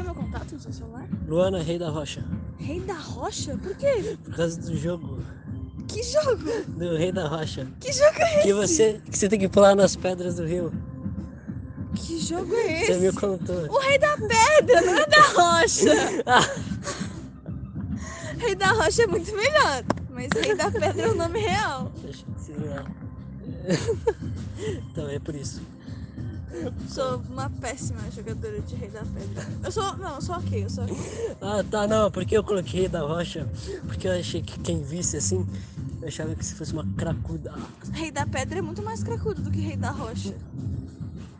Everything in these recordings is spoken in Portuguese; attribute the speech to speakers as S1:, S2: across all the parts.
S1: é contato do seu celular?
S2: Luana, rei da rocha.
S1: Rei da Rocha? Por quê?
S2: Por causa do jogo
S1: Que jogo?
S2: do rei da rocha.
S1: Que jogo é
S2: Que você, que você tem que pular nas pedras do rio.
S1: esse? Que jogo é
S2: Você
S1: esse?
S2: me contou.
S1: O Rei da Pedra, não é da Rocha.
S2: Ah,
S1: Rei da Rocha é muito melhor. Mas Rei da Pedra é o nome real.
S2: deixa eu te lá. Também é por isso.
S1: Sou uma péssima jogadora de Rei da Pedra. Eu sou. Não, eu sou ok, eu sou ok.
S2: Ah, tá, não, porque eu coloquei rei da rocha. Porque eu achei que quem visse assim, eu achava que se fosse uma cracuda.
S1: Rei da Pedra é muito mais cracudo do que Rei da Rocha.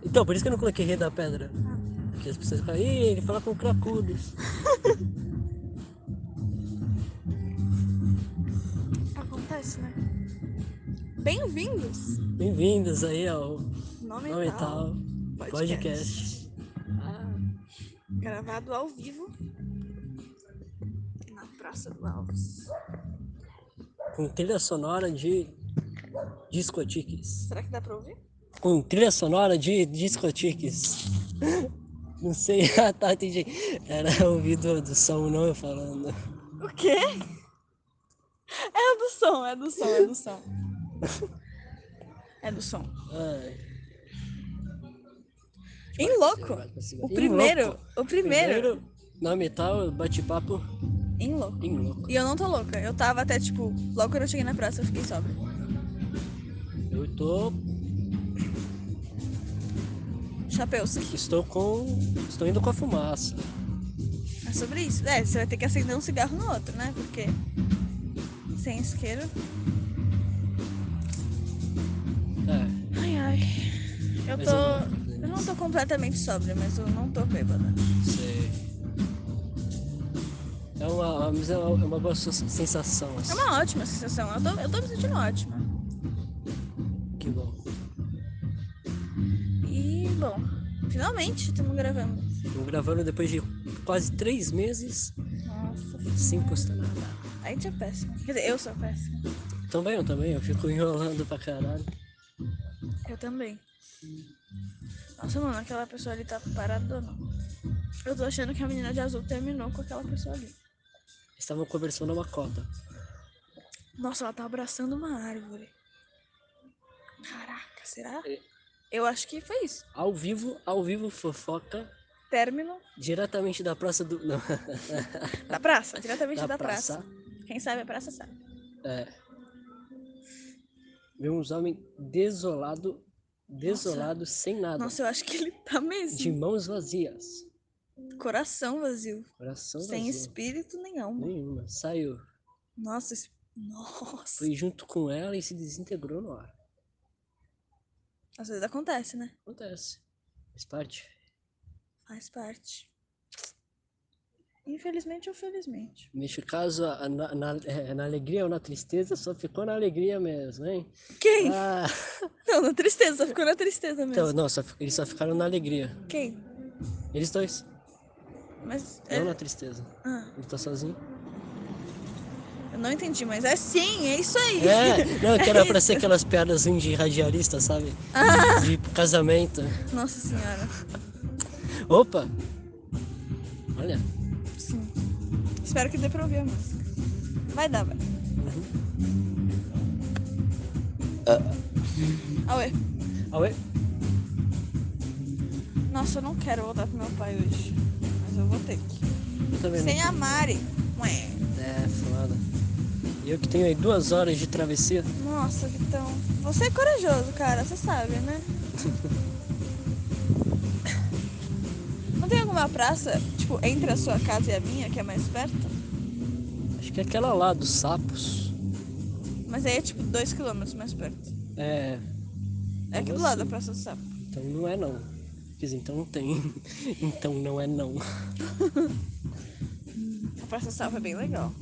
S2: Então, por isso que eu não coloquei rei da pedra.
S1: Ah,
S2: Porque as pessoas falam, ih, ele fala com cracudos.
S1: Acontece, né? Bem-vindos!
S2: Bem-vindos aí ao
S1: Nome
S2: Nome
S1: tal.
S2: Tal Podcast.
S1: Ah, Gravado ao vivo. Na Praça do Alves.
S2: Com trilha sonora de discotiques.
S1: Será que dá pra ouvir?
S2: Com trilha sonora de discotiques. Não sei, ah tá, entendi. Era o ouvido do som, não eu falando.
S1: O quê? É do som, é do som, é do som. É do som.
S2: Ai,
S1: Em louco!
S2: vai conseguir.
S1: O
S2: Em
S1: primeiro,
S2: louco.
S1: o primeiro,
S2: Nome Tal, bate-papo
S1: em louco.
S2: em louco.
S1: E eu não tô louca, eu tava até tipo, logo quando eu cheguei na praça eu fiquei sóbria.
S2: Eu tô.
S1: Chapeuski.
S2: Estou com. Estou indo com a fumaça.
S1: É sobre isso. É, você vai ter que acender um cigarro no outro, né? Porque sem isqueiro.
S2: É.
S1: Ai, ai. Eu
S2: Mais né?
S1: tô.
S2: alguma coisa?
S1: Eu não tô completamente sóbria, mas eu não tô bêbada.
S2: Sei. É uma, uma- mas é uma, é uma boa so- sensação.
S1: É
S2: Assim.
S1: uma ótima sensação, eu tô, eu tô me sentindo ótima.
S2: Que bom.
S1: E, bom, finalmente estamos gravando.
S2: Tô gravando depois de quase três meses
S1: Nossa,
S2: sem postar nada.
S1: a gente é péssima. Quer dizer, eu sou péssima.
S2: Também eu também, eu fico enrolando pra caralho.
S1: Eu também. Nossa, mano, aquela pessoa ali tá paradona. Eu tô achando que a menina de azul terminou com aquela pessoa ali.
S2: Estavam conversando uma cota.
S1: Nossa, ela tá abraçando uma árvore. Caraca, será?
S2: É.
S1: Eu acho que foi isso.
S2: Ao vivo, ao vivo, fofoca.
S1: Término
S2: Diretamente da praça do. Não.
S1: da praça, diretamente da,
S2: da
S1: praça.
S2: praça.
S1: Quem sabe a praça sabe.
S2: É. Vemos um homem desolado, desolado, sem nada,
S1: Nossa, eu acho que ele tá mesmo.
S2: de mãos vazias,
S1: Coração vazio.
S2: coração
S1: sem
S2: vazio,
S1: espírito nenhum.
S2: nenhuma. Saiu,
S1: Nossa, es- nossa.
S2: foi junto com ela e se desintegrou no ar.
S1: Às vezes acontece, né?
S2: Acontece. Faz parte.
S1: Faz parte. Infelizmente ou felizmente.
S2: Neste caso, a- a- na, na- é, na alegria ou na tristeza, só ficou na alegria mesmo, hein?
S1: Quem?
S2: Ah,
S1: Não, na tristeza, só ficou na tristeza mesmo.
S2: então, não, só fi- eles só ficaram na alegria.
S1: Quem?
S2: Eles dois,
S1: Mas. é-
S2: não na tristeza.
S1: Ah,
S2: Ele tá sozinho.
S1: eu não entendi, mas é sim, é isso aí.
S2: É, não, que era pra ser aquelas piadas assim de radialista, sabe? De casamento.
S1: Nossa senhora.
S2: Opa! Olha,
S1: Sim. Espero que dê pra ouvir a música. Vai dar, vai.
S2: Uhum.
S1: Ah, ué.
S2: ah, ué,
S1: Nossa, eu não quero voltar pro meu pai hoje. Mas eu vou ter que.
S2: eu também
S1: Sem a Mari. Ué.
S2: não. É, foda. E eu que tenho aí duas horas de travessia.
S1: Nossa, Vitão. Você é corajoso, cara. Você sabe, né? Não tem alguma praça, tipo, entre a sua casa e a minha, que é mais perto?
S2: Acho que é aquela lá dos sapos.
S1: Mas aí é tipo 2km mais perto.
S2: É,
S1: É aqui do
S2: Nossa.
S1: lado da Praça do Sapo.
S2: então não é não. Quer dizer, então não tem. Então não é não.
S1: A Praça do Sapo é bem legal.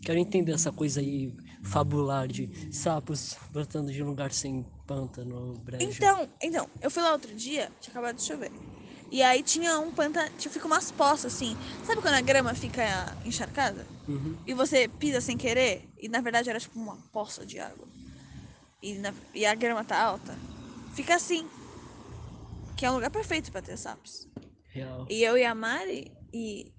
S2: Quero entender essa coisa aí fabular de sapos brotando de um lugar sem pântano ou brejo.
S1: Então, então, eu fui lá outro dia, tinha acabado de chover. E aí tinha um pantano, tipo, fica umas poças assim. Sabe quando a grama fica encharcada?
S2: Uhum.
S1: E você pisa sem querer? E na verdade era tipo uma poça de água. E, na- e a grama tá alta. Fica assim. que é um lugar perfeito pra ter sapos.
S2: Real.
S1: E eu e a Mari, e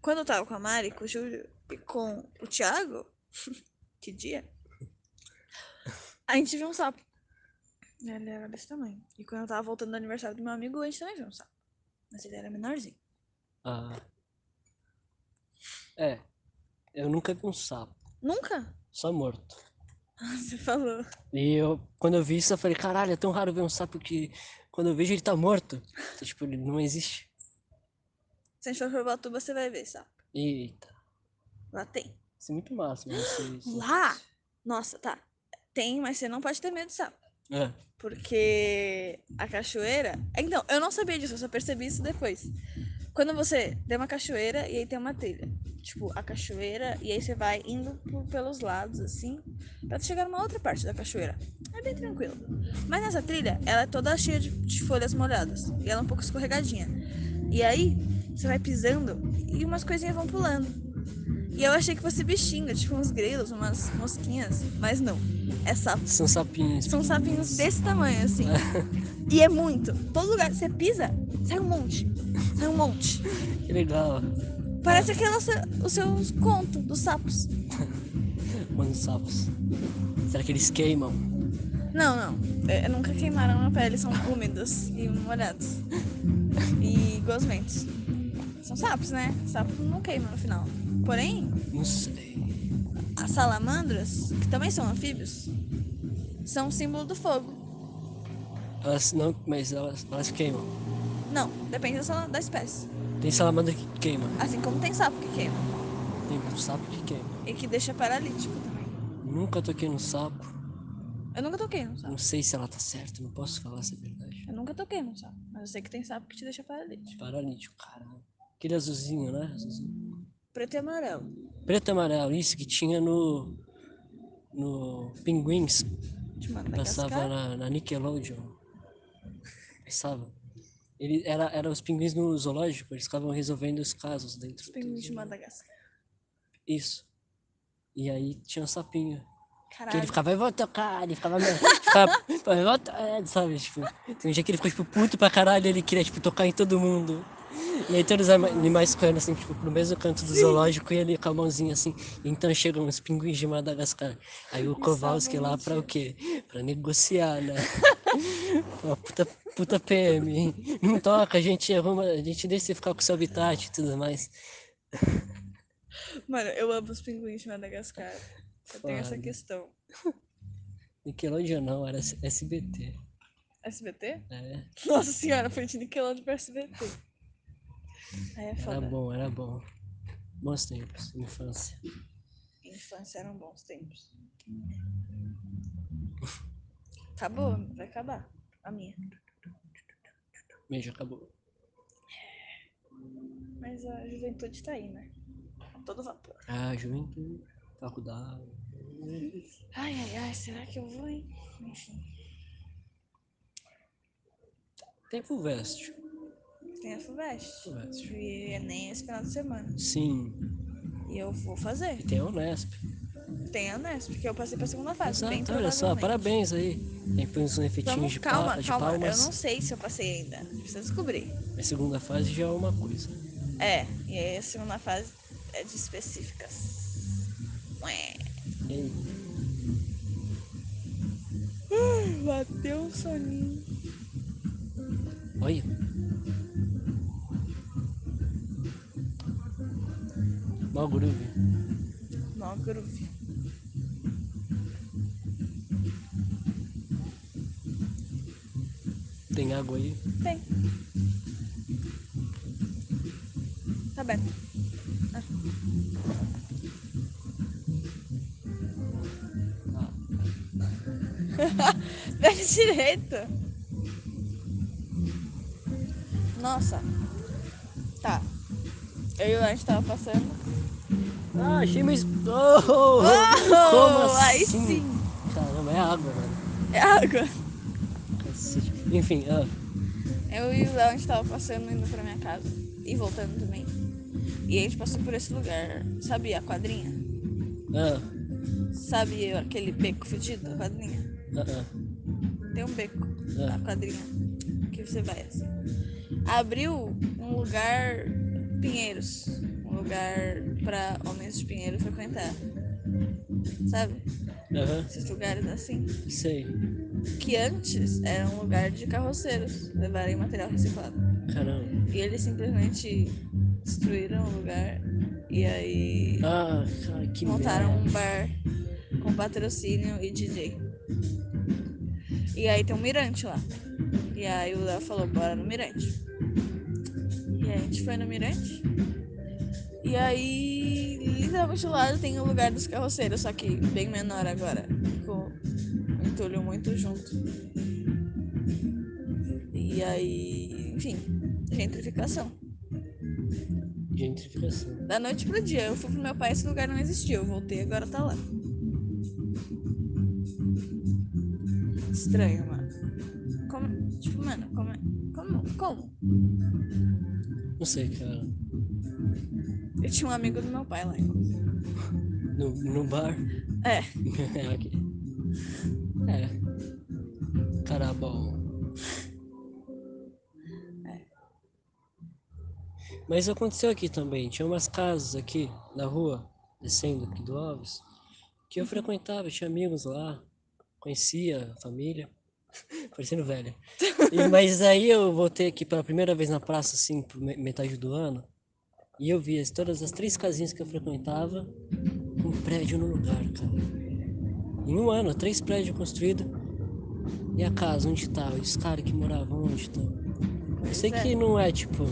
S1: quando eu tava com a Mari, com o Júlio e com o Thiago, que dia, a gente viu um sapo. Ele era desse tamanho. E quando eu tava voltando do aniversário do meu amigo, a gente também viu um sapo. Mas ele era menorzinho.
S2: Ah. É. Eu nunca vi um sapo,
S1: Nunca?
S2: só morto.
S1: Você falou.
S2: E eu, quando eu vi isso, eu falei, caralho, é tão raro ver um sapo que quando eu vejo ele tá morto. Tipo, ele não existe.
S1: Se a gente for pra Batuba, você vai ver sapo.
S2: Eita,
S1: Lá tem.
S2: isso é muito massa, mas isso- isso-
S1: Lá? Nossa, tá. Tem, mas você não pode ter medo de sapo.
S2: É,
S1: Porque a cachoeira. Então, eu não sabia disso, eu só percebi isso depois. Quando você tem uma cachoeira e aí tem uma trilha. Tipo, a cachoeira, e aí você vai indo por- pelos lados, assim, pra tu chegar numa outra parte da cachoeira. É bem tranquilo. Mas nessa trilha, ela é toda cheia de, de folhas molhadas. E ela é um pouco escorregadinha. E aí, você vai pisando e umas coisinhas vão pulando. E eu achei que fosse bichinho, tipo uns grelos, umas mosquinhas. Mas não. É sapo.
S2: são sapinhos.
S1: São sapinhos desse tamanho, assim. E é muito. Todo lugar que você pisa, sai um monte. Sai um monte.
S2: Que legal.
S1: Parece é aquelas, os seus contos dos sapos.
S2: Mano, sapos. Será que eles queimam?
S1: Não, não. É, nunca queimaram a pele. São úmidos e molhados. E gosmentos. São sapos, né? Sapo não queima no final. Porém,
S2: Não sei.
S1: as salamandras, que também são anfíbios, são o símbolo do fogo.
S2: Elas não, mas elas, elas queimam.
S1: Não, depende da, sala- da espécie.
S2: Tem salamandra que queima.
S1: Assim como tem sapo que queima.
S2: Tem um sapo que queima.
S1: E que deixa paralítico também.
S2: Nunca toquei no sapo.
S1: Eu nunca toquei num sapo.
S2: Não sei se ela tá certa, não posso falar se é verdade.
S1: Eu nunca toquei num sapo. Mas eu sei que tem sapo que te deixa paralítico.
S2: Paralítico, caralho. Aquele azulzinho, né? Azulzinho.
S1: Preto e amarelo.
S2: Preto e amarelo, isso que tinha no. No Pinguins,
S1: Te manda
S2: passava
S1: cascar.
S2: na, na Nickelodeon. Passava. Ele, era, era os pinguins no zoológico, eles ficavam resolvendo os casos dentro.
S1: Os
S2: do
S1: pinguins de
S2: zoológico.
S1: Madagascar.
S2: Isso. E aí tinha um sapinho. Que
S1: Caralho.
S2: ele ficava, eu vou tocar, ele ficava, ficava eu vou tocar", sabe, tipo, tem um dia que ele ficou, tipo, puto pra caralho, ele queria, tipo, tocar em todo mundo. E aí todos os anima- animais correndo, assim, tipo, no mesmo canto do zoológico, e ele com a mãozinha, assim, então chegam os pinguins de Madagascar. Aí o Kowalski lá pra o quê? Pra negociar, né? Uma puta, puta PM, não toca, a gente arruma, a gente deixa você ficar com o seu habitat e tudo mais.
S1: Mano, eu amo os pinguins de Madagascar. Eu tenho essa
S2: Foda.
S1: questão.
S2: Nickelodeon não, era SBT,
S1: SBT?
S2: né?
S1: Nossa senhora, foi de Nickelodeon pra SBT. Aí é
S2: Era
S1: foda.
S2: bom, era bom. Bons tempos, infância.
S1: Infância eram bons tempos. Acabou, vai acabar. A minha.
S2: Beijo, acabou.
S1: Mas a juventude tá aí, né? A todo vapor.
S2: Ah, juventude, faculdade.
S1: Ai, ai, ai, será que eu vou, hein? Enfim,
S2: Tempo veste.
S1: tem a FUVEST.
S2: FUVEST.
S1: E Enem esse final de semana.
S2: Sim,
S1: E eu vou fazer.
S2: e tem a Unesp.
S1: Tem a Unesp, porque eu passei pra segunda fase. bem
S2: Exato, olha só,
S1: provavelmente.
S2: parabéns aí. Tem uns efeitinhos
S1: Vamos,
S2: de,
S1: calma,
S2: pal- de
S1: calma. Eu não
S2: palmas.
S1: sei se eu passei ainda. A gente Precisa descobrir.
S2: A segunda fase já é uma coisa.
S1: É, e aí a segunda fase é de específicas. Ué.
S2: Ei,
S1: Bateu um soninho.
S2: olha, mal groove.
S1: Mó groove.
S2: Tem água aí.
S1: Tem. Tá aberto.
S2: Ah,
S1: Pega direito. Nossa. Tá. Eu e o Lance tava passando.
S2: Ah, achei meio. Oh, como
S1: aí
S2: assim?
S1: sim.
S2: Caramba, é água, mano.
S1: É água.
S2: Cacete. Enfim, ah,
S1: Eu e o Léo, a gente tava passando indo pra minha casa. E voltando também. E a gente passou por esse lugar. Sabe a quadrinha?
S2: ah,
S1: Sabe aquele beco fedido? A quadrinha?
S2: ah, ah.
S1: Tem um beco
S2: É.
S1: na quadrinha. Que que você vai. assim. Abriu um lugar Pinheiros. Um lugar pra homens de Pinheiro frequentar. Sabe?
S2: Aham,
S1: Esses lugares assim.
S2: sei.
S1: Que antes era um lugar de carroceiros levarem material reciclado.
S2: Caramba.
S1: E eles simplesmente destruíram o lugar. E aí
S2: Ah, cara, que
S1: montaram
S2: merda.
S1: um bar com patrocínio e DJ. E aí tem um mirante lá. E aí o Léo falou, bora no mirante. E aí a gente foi no mirante. E aí, literalmente do lado tem o lugar dos carroceiros, só que bem menor agora. Com um entulho muito junto. E aí, enfim, gentrificação.
S2: Gentrificação.
S1: Da noite pro dia, eu fui pro meu país, esse lugar não existia. Eu voltei, agora tá lá. Estranho, mano. Como, tipo, mano, como, é- como, como?
S2: Não sei, cara.
S1: Eu tinha um amigo do meu pai lá.
S2: No, no bar.
S1: É,
S2: É, ok. É. Carabal. É. Mas isso aconteceu aqui também. Tinha umas casas aqui na rua, descendo aqui do Alves, que eu frequentava, tinha amigos lá, conhecia a família, parecendo velha. E- mas aí eu voltei aqui pela primeira vez na praça, assim, por me- metade do ano, e eu vi as- todas as três casinhas que eu frequentava, um prédio no lugar, cara. Em um ano, três prédios construídos. E a casa, onde tá? Os caras que moravam, onde tá? Eu sei
S1: é.
S2: que não é tipo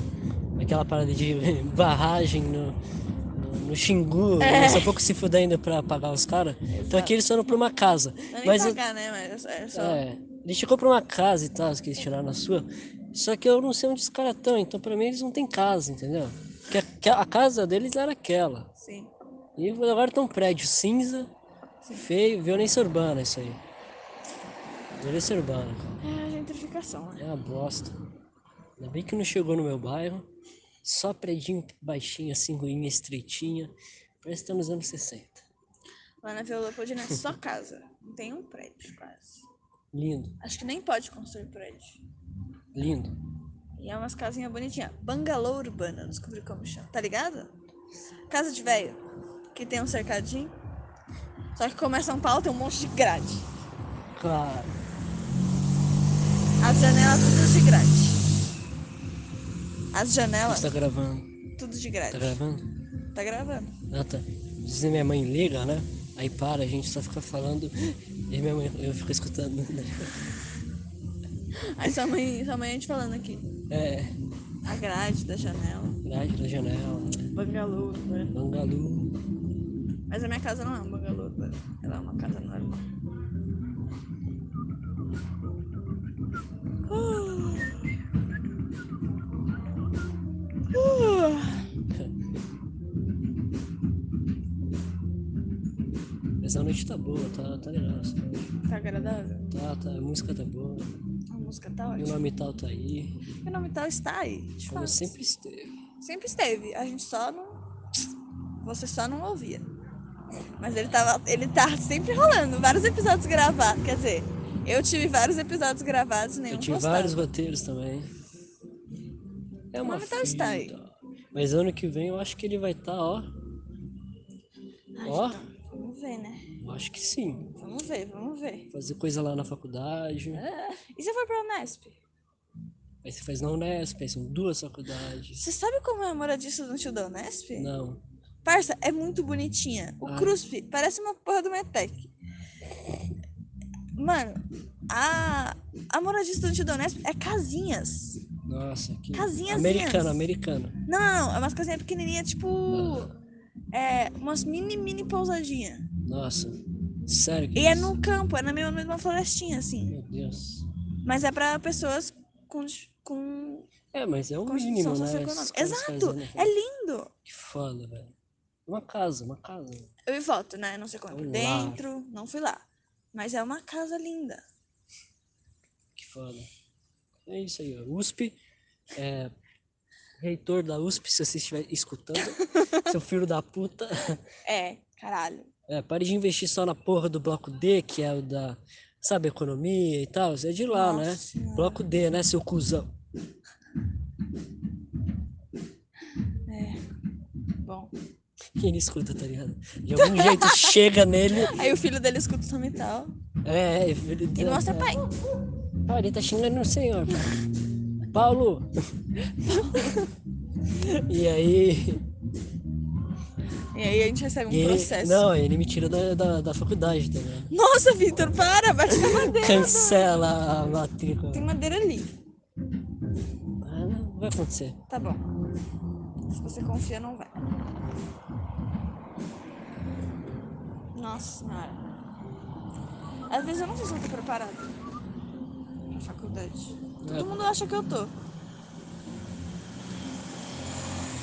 S2: aquela parada de barragem no, no, no Xingu,
S1: É.
S2: é. só pouco se fuder ainda pra pagar os caras. Então aqui eles foram pra uma casa.
S1: não é nem
S2: Mas eu-
S1: pagar, né? Mas é só.
S2: é, ele chegou pra uma casa e tal, que eles tiraram na sua. Só que eu não sei onde os caras estão, então pra mim eles não têm casa, entendeu? Porque a, que a casa deles era aquela.
S1: Sim.
S2: E agora tá um prédio cinza, feio, violência urbana isso aí. Violência urbana, cara.
S1: É a gentrificação, né?
S2: É uma bosta. Ainda bem que não chegou no meu bairro. Só predinho baixinho, assim, ruinha, estreitinha. Parece que tá nos anos 60.
S1: Lá na Vila Leopoldina é só casa. Não tem um prédio, quase.
S2: Lindo,
S1: Acho que nem pode construir prédio.
S2: lindo.
S1: E é umas casinhas bonitinhas. Bangalô urbana, não descobri como chama. Tá ligado? Casa de velho. Que tem um cercadinho. Só que como é São Paulo, tem um monte de grade.
S2: Claro.
S1: As janelas tudo de grade. As janelas,
S2: Você tá gravando?
S1: tudo de
S2: Tá
S1: grade.
S2: gravando?
S1: Tá gravando.
S2: Ah, tá. Às vezes minha mãe liga, né? Aí para, a gente só fica falando. E minha mãe, eu fico escutando. né?
S1: Aí sua mãe, sua mãe a gente falando aqui.
S2: É,
S1: A grade da janela.
S2: grade da janela, né?
S1: Bangalô urbana.
S2: bangalu.
S1: Mas a minha casa não é um bangalô urbana. Ela é uma casa normal. Ah. Ah.
S2: Mas a noite tá boa, tá, tá legal. essa noite.
S1: Tá agradável?
S2: Tá, tá, a música tá boa.
S1: A música tá
S2: Meu
S1: ótima.
S2: nome tal tá aí.
S1: Meu nome tal está aí. de
S2: Como
S1: fato.
S2: sempre esteve.
S1: Sempre esteve. A gente só não. Você só não ouvia. Mas ele tava. Ele tá sempre rolando. Vários episódios gravados. Quer dizer, eu tive vários episódios gravados e nenhum
S2: Eu tive
S1: postado.
S2: vários roteiros também. É uma
S1: Meu nome tá tal está aí.
S2: fita. Mas ano que vem eu acho que ele vai estar, tá, ó.
S1: Ai,
S2: Ó.
S1: então, Vamos ver, né?
S2: Eu acho que sim.
S1: Vamos ver, vamos ver.
S2: Fazer coisa lá na faculdade.
S1: Ah, E se eu for pra Unesp?
S2: Aí você faz na Unesp, aí são duas faculdades.
S1: Você sabe como é a moradista do tio da Unesp?
S2: Não.
S1: Parça, é muito bonitinha. O
S2: Ah.
S1: CRUSP parece uma porra do Metec. Mano, a, a moradia estudante da Unesp é casinhas.
S2: Nossa, que.
S1: Casinhazinhas.
S2: Americano, americano. Ah,
S1: Não, não, não. É umas casinhas pequenininhas, tipo. É, umas mini, mini pousadinhas.
S2: Nossa. Sério. que
S1: E é
S2: isso?
S1: num campo, é na mesma, mesma florestinha, assim.
S2: Meu Deus.
S1: Mas é pra pessoas com. dif- com
S2: É, mas é o mínimo,
S1: condição
S2: né?
S1: socioeconômica.
S2: Essas coisas
S1: Exato!
S2: casinhas,
S1: É
S2: né?
S1: lindo!
S2: Que foda, velho. Uma casa, uma casa.
S1: Eu vi foto, né? Não sei como é por
S2: Olá.
S1: dentro, não fui lá. Mas é uma casa linda.
S2: Que foda. É isso aí, ó. USP. é, reitor da USP, se você estiver escutando. seu filho da puta.
S1: É, caralho.
S2: É, pare de investir só na porra do bloco D, que é o da sabe, economia e tal, é de lá, né?
S1: Nossa Senhora.
S2: Bloco D, né, seu cuzão?
S1: É. Bom.
S2: Quem ele escuta, tá ligado? De algum jeito chega nele.
S1: Aí o filho dele escuta o Samital
S2: É, é, ele,
S1: e mostra pai.
S2: Ah, ele tá xingando o senhor. Paulo! e aí.
S1: E aí a gente recebe
S2: e
S1: um
S2: ele-
S1: processo.
S2: não, ele me tira da, da, da faculdade, tá ligado?
S1: Nossa, Vitor, para, bate na madeira.
S2: Cancela a matrícula.
S1: Tem madeira ali.
S2: Ah, não vai acontecer.
S1: Tá bom. Se você confia, não vai. Nossa senhora. Às vezes eu não sei se eu tô preparada pra faculdade.
S2: É.
S1: Todo mundo acha que eu tô.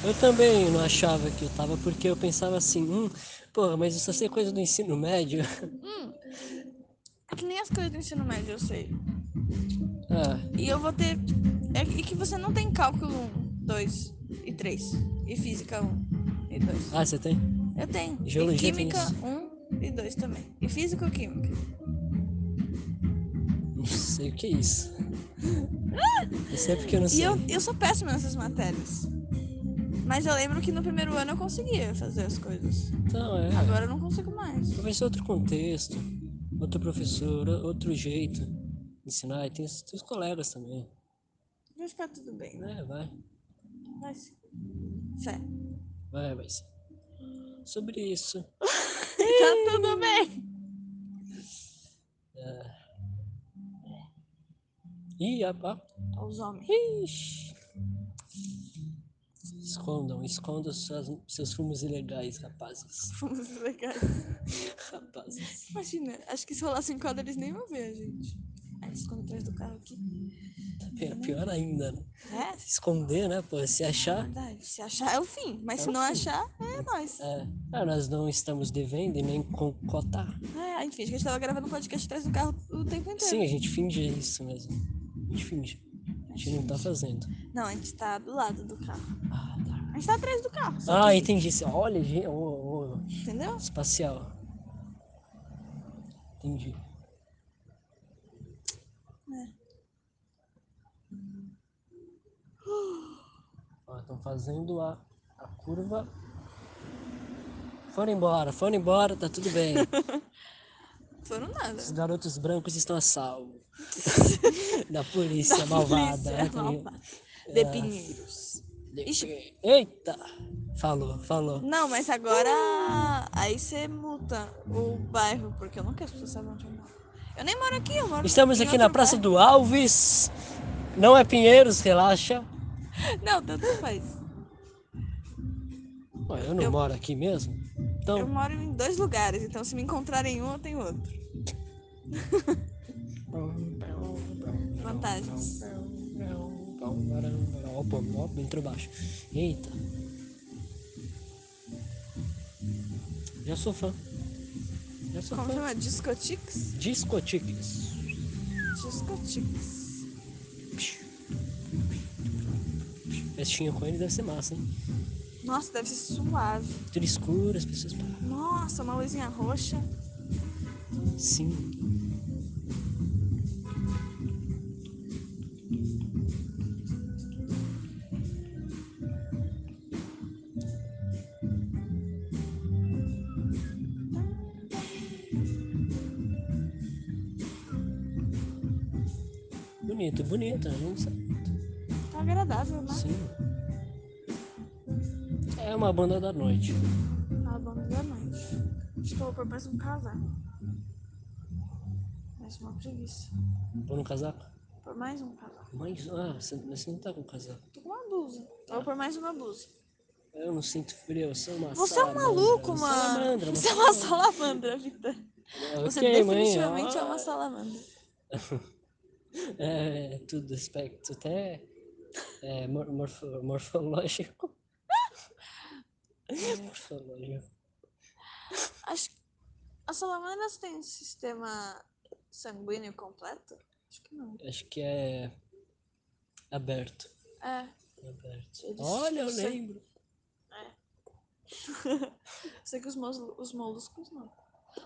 S2: Eu também não achava que eu tava, porque eu pensava assim, hum, porra, mas isso é coisa do ensino médio.
S1: É que nem as coisas do ensino médio eu sei.
S2: Ah,
S1: E eu vou ter. É e que você não tem cálculo 1, 2 e 3. E física 1 e 2.
S2: ah, você tem?
S1: Eu tenho. e
S2: Geologia tem
S1: química
S2: isso.
S1: 1 e 2 também. E físico e química.
S2: Não sei o que é isso. Eu sei porque eu não
S1: E
S2: sei.
S1: eu, eu sou péssima nessas matérias. Mas eu lembro que no primeiro ano eu conseguia fazer as coisas.
S2: Então, é.
S1: Agora eu não consigo mais.
S2: Vai ser outro contexto, outro professor, o- outro jeito de ensinar. E tem os, tem os colegas também.
S1: Vai ficar tudo bem, né?
S2: É, vai,
S1: Vai sim. Fé.
S2: vai, vai ser. Sobre isso.
S1: Tá tudo bem.
S2: Ih, ah, ah,
S1: Olha Os homens.
S2: ixi. Escondam, escondam suas- seus fumos ilegais, rapazes.
S1: Fomos legais.
S2: Rapazes.
S1: Imagina, acho que se rolassem quadro eles nem vão ver a gente. Aí Ah, eles ficam atrás do carro aqui.
S2: Pior, pior ainda, né?
S1: É?
S2: Se esconder, né, pô? Se achar.
S1: Verdade. Se achar é o fim. Mas
S2: É
S1: se
S2: o
S1: não
S2: fim.
S1: achar, é nós.
S2: É, ah, nós não estamos devendo e nem com cotar.
S1: É, enfim, a gente tava gravando podcast atrás do carro o tempo inteiro.
S2: Sim, a gente finge isso mesmo. A gente finge. A gente não tá fazendo.
S1: Não, a gente tá do lado do carro.
S2: Ah, tá.
S1: A gente tá atrás do carro. só
S2: Ah,
S1: que-
S2: entendi. Você Olha, gente. ô, ô,
S1: Entendeu?
S2: espacial. Entendi.
S1: É.
S2: Ó, estão fazendo a, a curva. Foram embora, foram embora, tá tudo bem.
S1: Foram nada.
S2: Os garotos brancos estão a salvo. da polícia
S1: Da
S2: malvada.
S1: polícia
S2: né, tá ligado?
S1: malvada. De Pinheiros. Ixi.
S2: Eita! Falou, falou.
S1: Não, mas agora aí você multa o bairro, porque eu não quero que as pessoas saibam onde eu moro. Eu nem moro aqui, eu moro
S2: Estamos
S1: em
S2: aqui
S1: outro
S2: na Praça do Alves. Não é Pinheiros, relaxa.
S1: bairro. Não, tanto faz.
S2: Ué, eu não
S1: Eu-
S2: moro aqui mesmo.
S1: Eu
S2: Então,
S1: moro em dois lugares, então se me encontrarem em um, eu tenho outro. Vantagens.
S2: Opa, opa, entrou baixo. Eita. Já sou fã. Já sou
S1: Como
S2: fã.
S1: chama? Discotics?
S2: Discotiques.
S1: Discotics.
S2: Festinha com ele deve ser massa, hein?
S1: Nossa, deve ser suave.
S2: Tudo escuro, as pessoas. pá,
S1: Nossa, uma luzinha roxa.
S2: Sim. Bonito, bonito, não sabe?
S1: Tá agradável, né?
S2: Sim. É uma banda da noite.
S1: Tá bom da noite. Estou por mais um casaco. Mais uma preguiça.
S2: Vou no casaco?
S1: Por mais um casaco.
S2: Mas, ah, você, mas você não tá com casaco.
S1: Tô com uma blusa. Vou por mais uma blusa.
S2: Eu não sinto frio, eu sou uma
S1: Você é um
S2: salamandra,
S1: maluco,
S2: uma
S1: mano.
S2: salamandra,
S1: Você é uma salamandra, Vitor. Você
S2: Ok, mãe,
S1: definitivamente é
S2: ó.
S1: uma salamandra.
S2: É, tudo aspecto até é, mor- morfo- morfológico. morfológico.
S1: Acho que as salamandras têm sistema sanguíneo completo? Acho que não.
S2: Acho que é aberto.
S1: É.
S2: aberto.
S1: Eles-
S2: Olha, eu
S1: sei.
S2: lembro.
S1: Sei que os, mos- os moluscos não.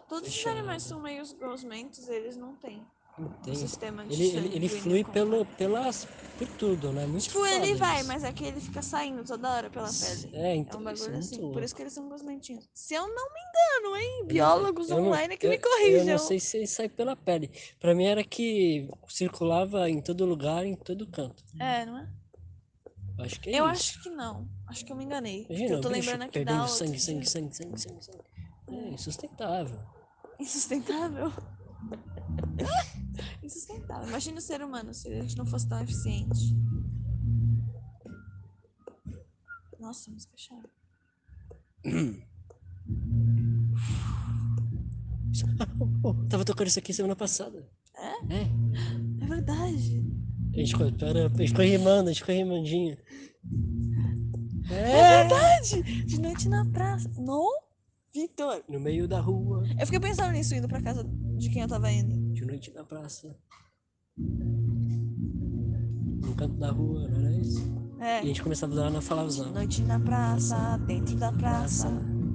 S1: Todos os
S2: Deixa eu-
S1: animais são meio gosmentos, eles não têm
S2: Não
S1: um
S2: tem.
S1: sistema de
S2: Ele, ele, ele
S1: sanguíneo
S2: flui
S1: com-
S2: pelo, pelas, por tudo, né? Muito
S1: Tipo, ele
S2: foda
S1: vai,
S2: isso.
S1: mas é que ele fica saindo toda hora pela pele.
S2: É,
S1: É
S2: então,
S1: um
S2: isso é
S1: bagulho
S2: muito
S1: assim.
S2: louco.
S1: Por isso que eles são gosmentinhos. Se eu não me engano, hein? Biólogos
S2: Eu não-
S1: online que
S2: eu-
S1: me
S2: Eu
S1: corrijam.
S2: não sei se sai pela pele. Pra mim era que circulava em todo lugar, em todo canto.
S1: É, não é?
S2: Eu Acho que é
S1: eu
S2: isso.
S1: acho que não. Acho que eu me enganei. porque
S2: Imagina,
S1: eu tô
S2: o bicho
S1: lembrando aqui da
S2: perdendo
S1: outra.
S2: sangue, sangue, sangue, sangue, sangue, sangue. É insustentável.
S1: Insustentável. Insustentável. Imagina o ser humano se a gente não fosse tão eficiente. Nossa, é mas fechado.
S2: Pô, Oh, tava tocando isso aqui semana passada.
S1: É?
S2: É.
S1: É verdade.
S2: A gente ficou, pera, a gente ficou rimando, a gente ficou rimandinho.
S1: É
S2: É!
S1: verdade! De noite na praça. Não? Vitor.
S2: No meio da rua,
S1: Eu fiquei pensando nisso indo pra casa de quem eu tava indo.
S2: de noite na praça. No canto da rua, não era isso? E a
S1: É.
S2: gente começava do nada a falar os
S1: De
S2: nomes.
S1: noite na praça, dentro da praça,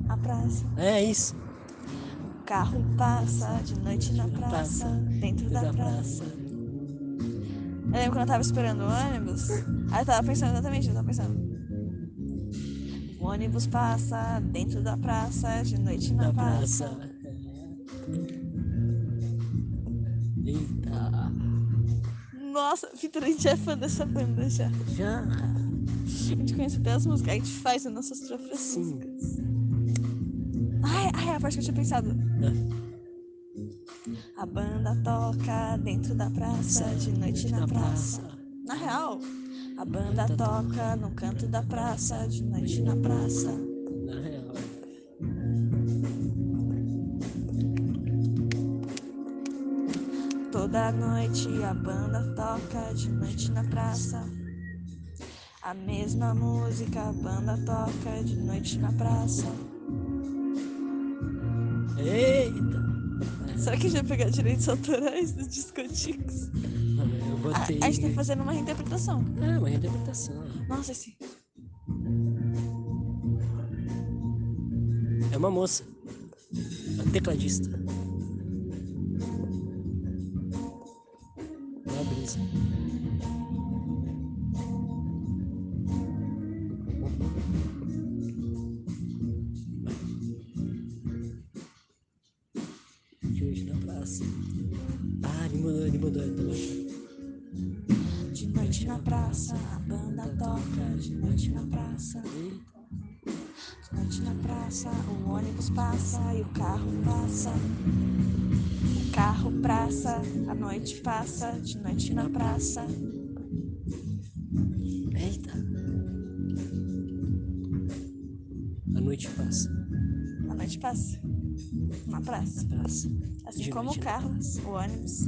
S1: a praça.
S2: É isso.
S1: O carro passa, de noite na praça, dentro da praça. Eu lembro quando eu tava esperando o ônibus, aí eu tava pensando exatamente, eu tava pensando. O ônibus passa dentro da praça, de noite na
S2: Da
S1: praça.
S2: praça. É. Eita.
S1: Nossa, Vitor, a gente é fã dessa banda já.
S2: Já.
S1: A gente conhece até as músicas, a gente faz as nossas próprias
S2: Sim.
S1: músicas. Ai, ai, é a parte que eu tinha pensado.
S2: É.
S1: A banda toca dentro da praça, de noite na praça. Na real, a banda toca no canto da praça, de noite na praça.
S2: Na real.
S1: Toda noite a banda toca, de noite na praça. A mesma música a banda toca, de noite na praça.
S2: Eita.
S1: Será que a gente vai pegar direitos autorais dos discoticos?
S2: Eu
S1: A,
S2: botei.
S1: a gente tá fazendo uma reinterpretação.
S2: Ah, uma interpretação.
S1: Nossa, esse.
S2: É uma moça. Uma tecladista. Uma brisa. De hoje na praça. Ah, ele mudou, ele mudou. Ele tá baixando.
S1: De noite na praça, a banda toca, de noite na praça.
S2: Eita,
S1: De noite na praça, o ônibus passa e o carro passa. O carro praça, a noite passa, de noite na praça.
S2: Eita. A noite passa.
S1: A noite passa. Na praça.
S2: Passa.
S1: Assim
S2: De
S1: como
S2: noite né?
S1: o
S2: na
S1: carro, o ônibus,
S2: O ônibus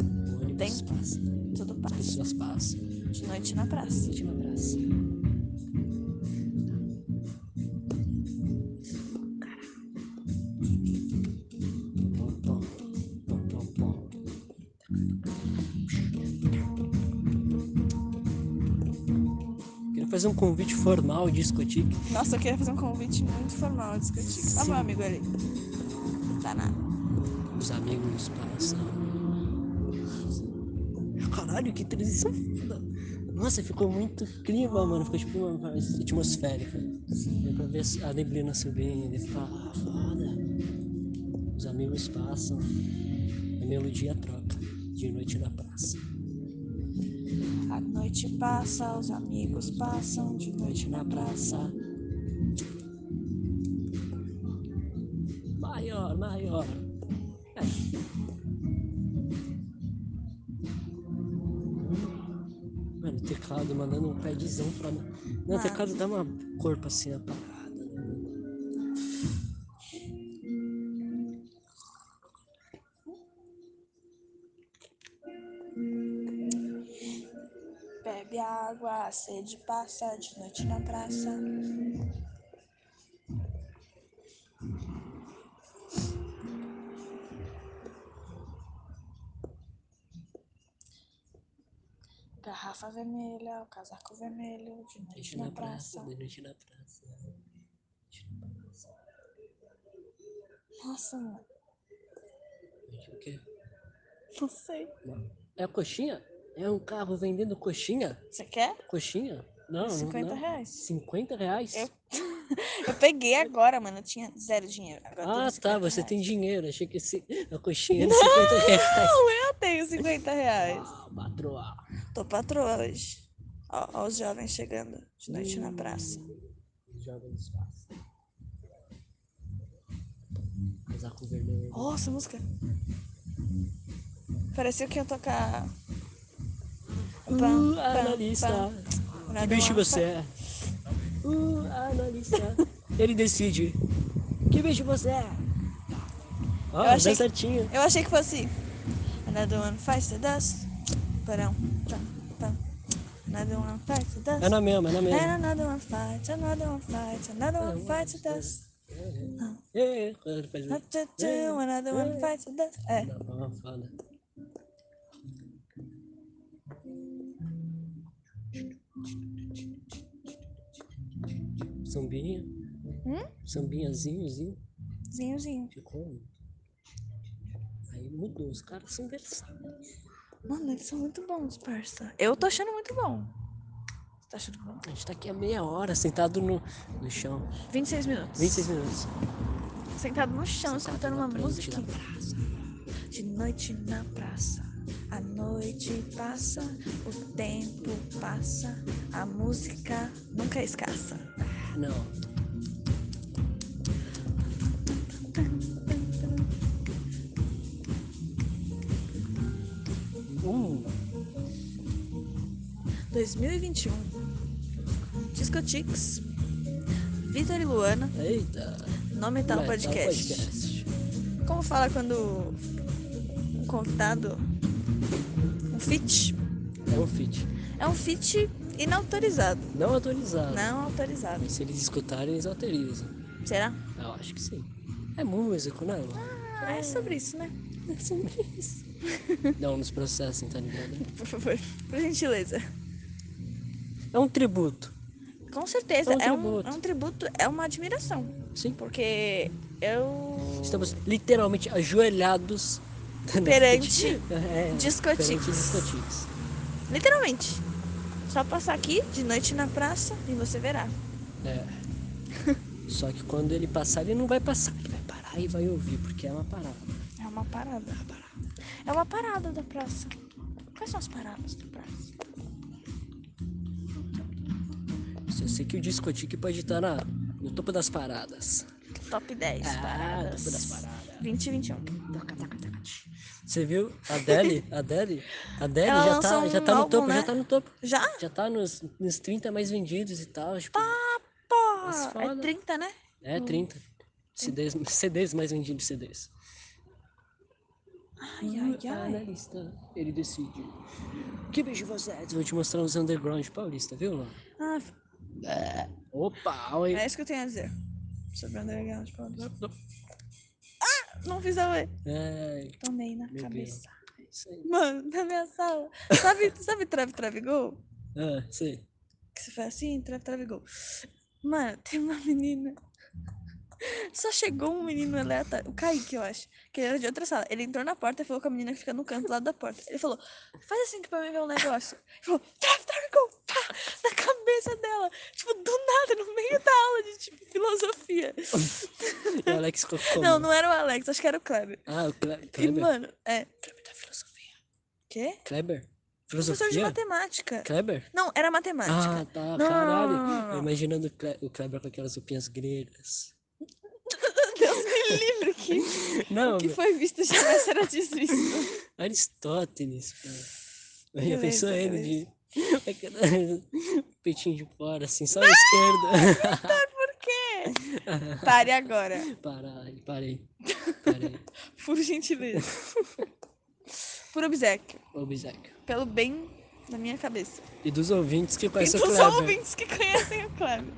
S1: Tem.
S2: passa.
S1: tudo
S2: As
S1: passa.
S2: pessoas passam.
S1: De noite na praça.
S2: Última praça. Pom, pom, pom, pom, pom. Queria fazer um convite formal de discotique.
S1: Nossa, eu queria fazer um convite muito formal a discutir. Tá
S2: Sim.
S1: bom, amigo ali. Tá na.
S2: Os amigos passam. Caralho, que transição foda. Nossa, ficou muito clima, mano. Ficou tipo uma coisa atmosférica. Deu pra ver a neblina subindo e falar, ah, foda. Os amigos passam. A melodia troca. De noite na praça.
S1: A noite passa, os amigos passam, de noite na praça.
S2: Maior, maior. É. Mano, o teclado mandando um padzão pra. Não, o
S1: Ah.
S2: teclado dá uma corpo assim na parada. né?
S1: Bebe água, a sede passa, de noite na praça. Garrafa vermelha, o casaco vermelho, de noite
S2: Noite
S1: na
S2: na praça,
S1: praça.
S2: de noite na praça. né?
S1: Nossa, mano.
S2: O quê?
S1: Não sei.
S2: É a coxinha? É um carro vendendo coxinha?
S1: Você quer?
S2: Coxinha? Não,
S1: 50
S2: não.
S1: reais.
S2: 50 reais?
S1: Eu- Eu peguei agora, mano. Eu tinha zero dinheiro. Agora eu tenho
S2: Ah,
S1: 50
S2: tá, você
S1: reais.
S2: tem dinheiro. Achei que esse, a coxinha era 50 reais.
S1: Eu tenho 50 reais.
S2: Ah, patroa.
S1: Tô patroa hoje. Ó, ó os jovens chegando de noite na praça.
S2: Joga no espaço. Casaco vermelho.
S1: Nossa, música. Parecia que ia tocar. Pam, pam,
S2: Uh, analista.
S1: pam. Nada
S2: Que bicho
S1: lá.
S2: você é? Uh, analista. Ele decide. Que bicho você é? Ó,
S1: Eu achei
S2: dá
S1: que-
S2: certinho.
S1: Eu achei que fosse. Another one fights the dust. Parão. Pam, pam. Another one fights the dust.
S2: É na mesma, é na
S1: And
S2: mesma.
S1: another one fights, another one fights, another one fights the dust.
S2: É, é, quando ele faz isso.
S1: Up to two, another one fights the dust. É.
S2: Não, é uma foda. Sambinha?
S1: Hum?
S2: Sambinhazinho, zinho,
S1: Zinho, zinho.
S2: ficou. Aí mudou, os caras são versáteis.
S1: Mano, eles são muito bons, parça. Eu tô achando muito bom. Você tá achando bom?
S2: A gente tá aqui há meia hora sentado no, no chão.
S1: 26 minutos.
S2: 26 minutos.
S1: Sentado no chão, escutando
S2: na
S1: uma
S2: frente
S1: música.
S2: da praça.
S1: De noite na praça, a noite passa, o tempo passa, a música nunca é escassa.
S2: Não. Hum,
S1: 2021. Discotix. Vitor e Luana,
S2: eita.
S1: nome tal
S2: Vai, tá no
S1: podcast. Como fala quando um convidado. Um fit?
S2: É um feat.
S1: É um fit inautorizado.
S2: Não autorizado.
S1: Não é um autorizado.
S2: Mas se eles escutarem, eles autorizam.
S1: Será?
S2: Eu acho que sim. É músico, né?
S1: Ah, é sobre isso, né?
S2: É sobre isso. Não, nos processem, tá ligado?
S1: Por favor, por gentileza.
S2: É um tributo.
S1: Com certeza,
S2: É um
S1: é um,
S2: tributo.
S1: é um tributo, é uma admiração.
S2: Sim.
S1: Porque eu.
S2: Estamos literalmente ajoelhados na
S1: Perante
S2: frente- é,
S1: discotiques.
S2: perante discotiques.
S1: Literalmente. Só passar aqui de noite na praça e você verá.
S2: É. Só que quando ele passar, ele não vai passar. Ele vai parar e vai ouvir, porque é uma parada.
S1: É uma parada. É uma parada da praça. Quais são as paradas da praça?
S2: Eu sei que o discotique pode estar na, no topo das paradas.
S1: Top 10
S2: Ah,
S1: paradas.
S2: topo das paradas.
S1: 20 e 21.
S2: Você viu? A Adele, a Adele, a Adele
S1: Ela
S2: já tá,
S1: lançou
S2: já
S1: um
S2: tá no
S1: álbum,
S2: topo, já
S1: né?
S2: tá no topo.
S1: Já?
S2: Já tá nos, nos 30 mais vendidos e tal. Tipo,
S1: Pô,
S2: Mas
S1: é
S2: foda.
S1: 30, né?
S2: é, 30. CDs, CDs mais vendidos, CDs.
S1: Ai, ai,
S2: Ah,
S1: ai.
S2: analista, ele decide. Que bicho você é? Eu vou te mostrar os underground paulista, viu, Luan?
S1: Ah,
S2: Opa, oi.
S1: é isso que eu tenho a dizer. Sobre o underground. pô. Não fiz a oi.
S2: Ai,
S1: Tomei na
S2: Meu Deus.
S1: cabeça.
S2: é isso aí.
S1: Mano, na minha sala. Sabe, sabe trave, trave, gol?
S2: Ah, sei.
S1: Que você faz assim, trave, trave, gol. Mano, tem uma menina. Só chegou um menino aleatório, o Kaique, eu acho, que ele era de outra sala. Ele entrou na porta e falou com a menina que fica no canto lá da porta. Ele falou, faz assim que pra mim ver um negócio. Ele falou, trave, trave, gol, pá, na cabeça dela. Tipo, do nada, no meio da aula de tipo, filosofia.
S2: E o Alex ficou como?
S1: Não, não era o Alex, acho que era o Kleber.
S2: Ah, o Cle-
S1: E,
S2: Kleber.
S1: mano, é. Kleber da filosofia. Quê?
S2: Kleber?
S1: Professor de
S2: Filosofia?
S1: matemática.
S2: Kleber?
S1: Não, era matemática.
S2: Ah, tá,
S1: Não, não,
S2: caralho.
S1: não, não, não,
S2: Eu
S1: não.
S2: Imaginando o Cle- o Kleber com aquelas roupinhas gregas.
S1: Deus me livre que
S2: Não,
S1: O que
S2: meu,
S1: foi visto jamais será desvisto.
S2: Aristótenes, cara. Já
S1: Beleza,
S2: pensou ele de. Peitinho de fora, assim, só a esquerda.
S1: Pare agora,
S2: Parei, parei. Parei.
S1: por gentileza. Por obséquio,
S2: Obséquio.
S1: pelo bem da minha cabeça.
S2: E dos ouvintes que
S1: E
S2: conhecem o
S1: dos
S2: Kleber.
S1: ouvintes que conhecem o Kleber.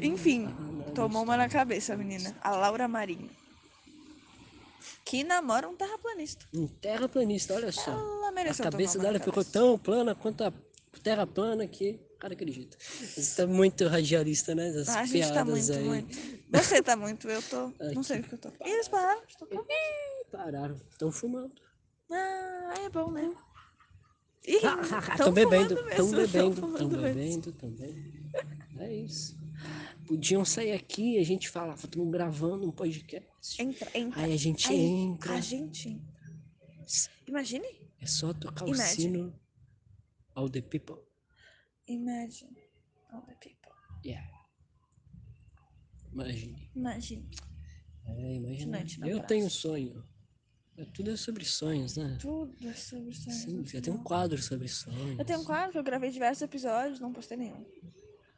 S1: Enfim, tomou uma na cabeça a menina, a Laura Marinho. Que namora um terraplanista.
S2: Um terraplanista, olha só.
S1: Ela
S2: Tá. A
S1: mereceu
S2: cabeça
S1: tomar uma
S2: dela
S1: na
S2: ficou
S1: tá cabeça.
S2: tão plana quanto a terra plana que. Cara, acredita. Você tá muito radialista, né? Essas
S1: Ah, a gente tá
S2: piadas
S1: muito,
S2: aí.
S1: muito. Você tá muito, eu tô. Não sei o que eu tô. E as palavras, tô com-
S2: Pararam. Estão fumando.
S1: Ah, é bom, né? Ih,
S2: Ah, Estão
S1: tão
S2: bebendo,
S1: fumando
S2: estão
S1: mesmo, tão
S2: bebendo, estão
S1: fumando mesmo.
S2: bebendo, estão bebendo. É isso. Podiam sair aqui e a gente falava, estamos gravando um podcast.
S1: Entra, entra.
S2: Aí a gente
S1: Aí,
S2: entra.
S1: A gente. Imagine?
S2: É só tocar o
S1: Imagine.
S2: sino ao The People.
S1: Imagine. All the people.
S2: Yeah. Imagine.
S1: Imagine.
S2: É, imagina.
S1: noite na
S2: Eu
S1: praça.
S2: tenho um sonho. É, Tudo é sobre sonhos, né?
S1: Tudo sobre sonhos.
S2: Sim,
S1: no
S2: eu tenho um
S1: final.
S2: quadro sobre sonhos.
S1: É, Eu tenho um quadro que eu gravei diversos episódios, não postei nenhum.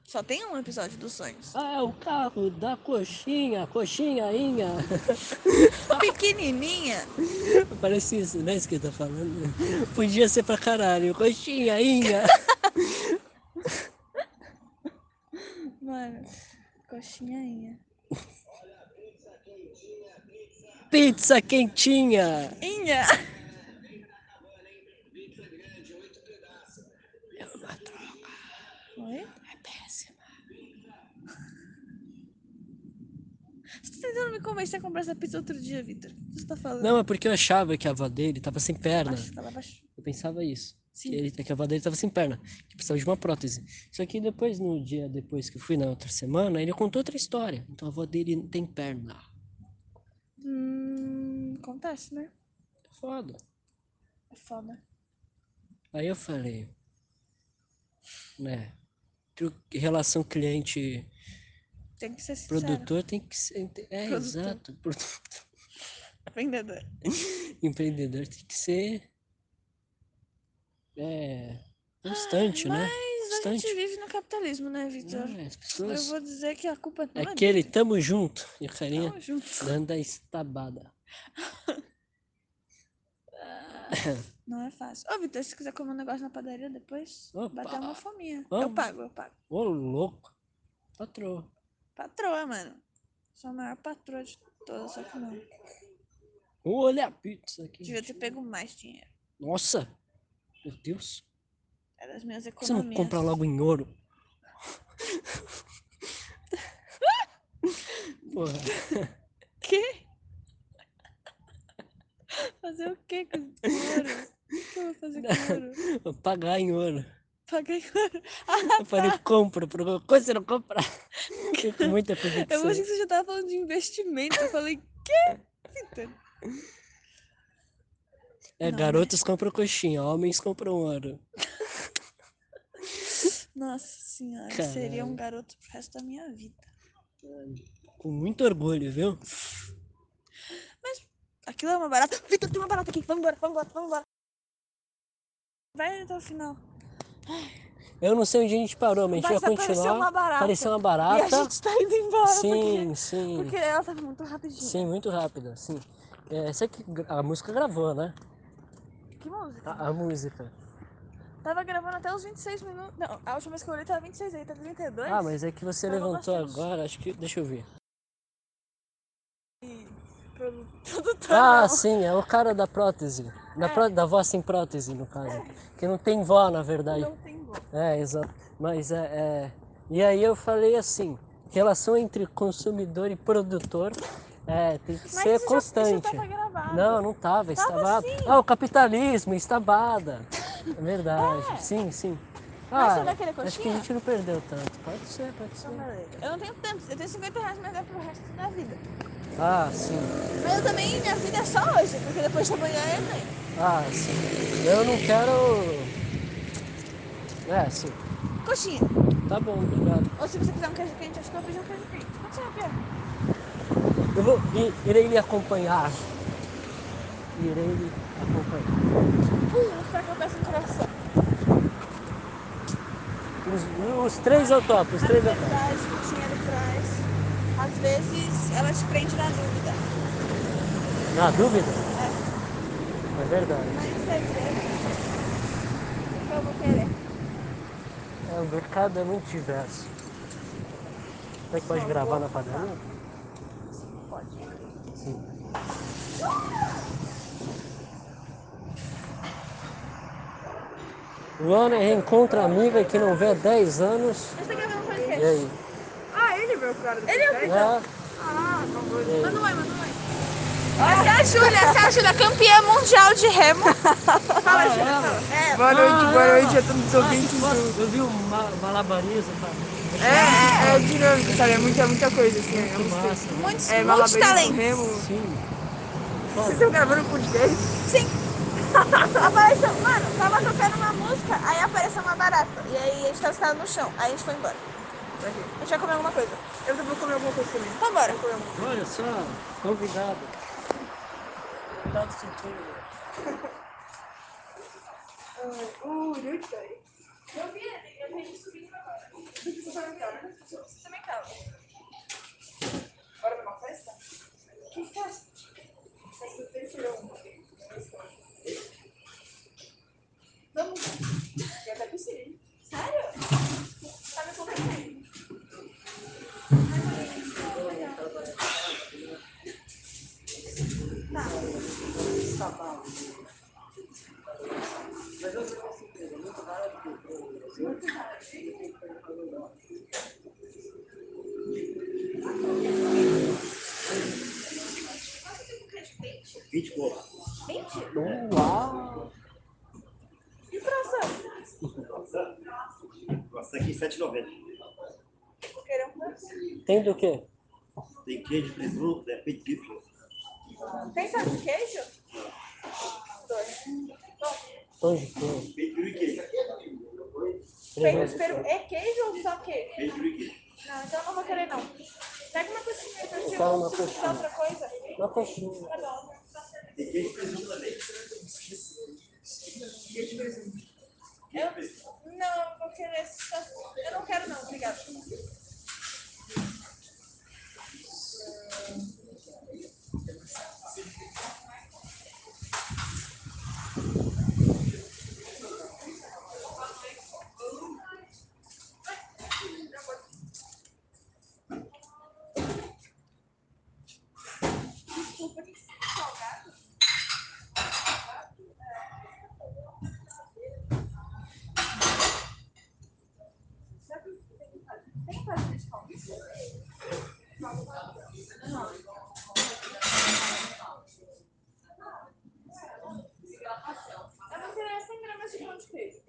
S1: Só tem um episódio dos sonhos.
S2: Ah, o carro da coxinha, coxinha, inha.
S1: Pequenininha.
S2: Parece isso, não é isso que ele tá falando? Podia ser pra caralho. Coxinha, inha.
S1: Mano, coxinhainha.
S2: Pizza quentinha.
S1: Inha!
S2: É uma droga,
S1: Oi?
S2: é péssima.
S1: Você tá tentando me convencer a comprar essa pizza outro dia, Vitor. O que você tá falando?
S2: Não, é porque eu achava que a avó dele tava sem perna.
S1: Baixa, tá lá baixo.
S2: Eu pensava isso.
S1: Sim.
S2: Que, ele, tá- que a avó dele tava sem perna, que precisava de uma prótese. Só que depois, no dia depois que eu fui, na outra semana, ele contou outra história. Então a avó dele não tem perna.
S1: Hum, acontece, né?
S2: Tá Foda.
S1: É foda.
S2: Aí eu falei, né? tru- Relação cliente
S1: Tem que ser sincero.
S2: produtor tem que ser. É,
S1: Produtor.
S2: exato. produ-
S1: Vendedor.
S2: Empreendedor tem que ser. É. Constante, né?
S1: Mas a
S2: Constante.
S1: gente vive no capitalismo, né, Vitor?
S2: Ah, as
S1: Eu
S2: pessoas.
S1: vou dizer que a culpa não é
S2: Aquele né?
S1: dele.
S2: tamo junto. E o carinha.
S1: Tamo junto.
S2: Dando a estabada.
S1: Não é fácil. Ô, Vitor, se quiser comer um negócio na padaria depois,
S2: Opa.
S1: bater uma fominha. Eu
S2: Vamos.
S1: pago, eu pago.
S2: Ô, louco. Patroa.
S1: Patroa, mano. Sou a maior patroa de todas, só que não.
S2: Olha a pizza aqui.
S1: Devia ter pego mais dinheiro.
S2: Nossa. Meu Deus.
S1: É das minhas
S2: Por que Você não
S1: economias.
S2: compra logo em ouro. Porra.
S1: Quê? Fazer o quê com esse ouro? O que que eu vou fazer com ouro?
S2: Vou pagar em ouro.
S1: Paguei ouro.
S2: Eu falei, compra. Por alguma coisa você não compra. Fiquei com muita
S1: Eu
S2: convicção.
S1: achei que você já tava falando de investimento. Eu falei, quê? Vitor?
S2: É,
S1: Não, né?
S2: garotos compram coxinha, homens compram ouro.
S1: Nossa senhora, eu seria um garoto pro resto da minha vida.
S2: Com muito orgulho, viu?
S1: Aquilo é uma barata. Vitor, tem uma barata aqui. Vamos embora, vamos embora, vamos embora. Vai até o final.
S2: Eu não sei onde a gente parou, mas a
S1: Mas
S2: gente vai
S1: apareceu uma
S2: continuar.
S1: barata.
S2: Apareceu uma
S1: E a
S2: barata.
S1: gente tá indo embora.
S2: Sim, sim.
S1: Porque, porque ela tava muito rapidinho.
S2: Sim, muito rápida, sim. É, sei que gra- a música gravou, né?
S1: Que música?
S2: A, a música.
S1: Tava gravando até os 26 minutos. Não, a última vez que eu olhei tava 26 aí, tá 32.
S2: Ah, mas é que você
S1: Gravou
S2: levantou
S1: bastante.
S2: agora, acho que. Deixa eu ver.
S1: Produ- Produtor.
S2: Ah,
S1: não.
S2: sim, é o cara da prótese. Da,
S1: É.
S2: pró- da voz sem prótese, no caso. Que não tem vó, na verdade.
S1: Não tem gol.
S2: É, exato. Mas é, é- E aí eu falei assim: relação entre consumidor e produtor é, tem que
S1: Mas
S2: ser
S1: isso já- tá
S2: constante.
S1: isso já tava gravado.
S2: Não, não tava, estabada.
S1: assim.
S2: Ah, o capitalismo, estabada. É verdade, sim, sim.
S1: Mas você
S2: Ah,
S1: vai querer
S2: acho que a
S1: é coxinha?
S2: gente não perdeu tanto. Pode ser, pode ser.
S1: Então, beleza. Eu não tenho tempo, eu tenho 50 reais, mas é pro resto da vida.
S2: Ah, sim.
S1: Mas eu também, minha vida é só hoje, porque depois de amanhã é Enem.
S2: Ah, sim. Eu não quero. É, sim.
S1: Coxinha.
S2: Tá bom, obrigado.
S1: Ou se você quiser um queijo quente, acho que eu vou pedir um queijo quente. Quanto será, Pedro?
S2: Eu vou, i- irei lhe acompanhar. Irei lhe acompanhar.
S1: Uh, será que eu peço um coração?
S2: Os, os três eu topo, os três é- eu topo.
S1: Atrás, coxinha ali atrás. Às vezes, ela te prende na dúvida.
S2: Na dúvida? É verdade.
S1: Mas você vê. O que eu vou querer?
S2: É, o mercado é muito diverso. Será que pode
S1: Não,
S2: gravar
S1: vou-
S2: na padaria?
S1: Pode.
S2: Sim. Luana reencontra a amiga é que não vê há 10 anos.
S1: Você tá gravando
S2: E
S1: podcast?
S2: aí?
S3: Ah, ele veio o cara do
S1: Ele é o Vitor.
S3: podcast?
S2: Ah,
S3: Ah, não vou...
S1: Manda um oi, manda um oi. Essa é a Júlia, essa é a Júlia, campeã mundial de remo. Fala, Júlia, fala. É,
S3: Boa noite, boa noite a todos os
S2: Ah,
S3: ouvintes
S2: tu gosta?
S3: do...
S2: Eu vi um ma- malabarismo, cara.
S3: É, é dinâmico, sabe? É muita, muita coisa, assim. É,
S2: Que
S3: um
S2: massa. né?
S1: muitos,
S3: é
S1: muitos
S3: malabarismo,
S1: talentos.
S3: remo.
S2: Sim.
S3: Vocês estão gravando um podcast?
S1: Sim. Apareceu, mano, tava tocando uma música, aí apareceu uma barata. E aí a gente tava sentado no chão, aí a gente foi embora. A gente vai comer alguma coisa.
S3: Eu vou comer alguma coisa também.
S1: Vambora.
S2: Olha só, convidado. Convidado futuro.
S3: Uh, Yuri,
S1: Eu vi
S3: né?
S1: ele, eu vi ele subindo agora. Você também tava.
S3: Bora pra uma festa? Que festa? Festa terceirão.
S1: Vamos.
S3: Já até consegui.
S1: Sério? Tá me convencendo.
S2: Uau!
S1: E tração?
S4: Nossa, aqui 7,90.
S2: Tem do quê?
S4: Tem queijo, presunto, né? Peito de bife.
S1: Tem sal de queijo? Dois.
S2: Pão de queijo.
S4: Peito de bife e queijo.
S1: Peito
S2: presunto.
S1: de peru. É queijo ou só queijo?
S4: Peito de bife e queijo.
S1: Não, então eu não vou querer não. Pega uma coxinha pra
S2: quero uma
S1: você
S2: coxinha.
S1: precisar outra coisa.
S2: Uma coxinha.
S1: Tá bom.
S4: Tem queijo e presunto também.
S1: Eu não eu vou querer só. Eu não quero não, obrigada. Eu vou querer 100 gramas de pão de queijo.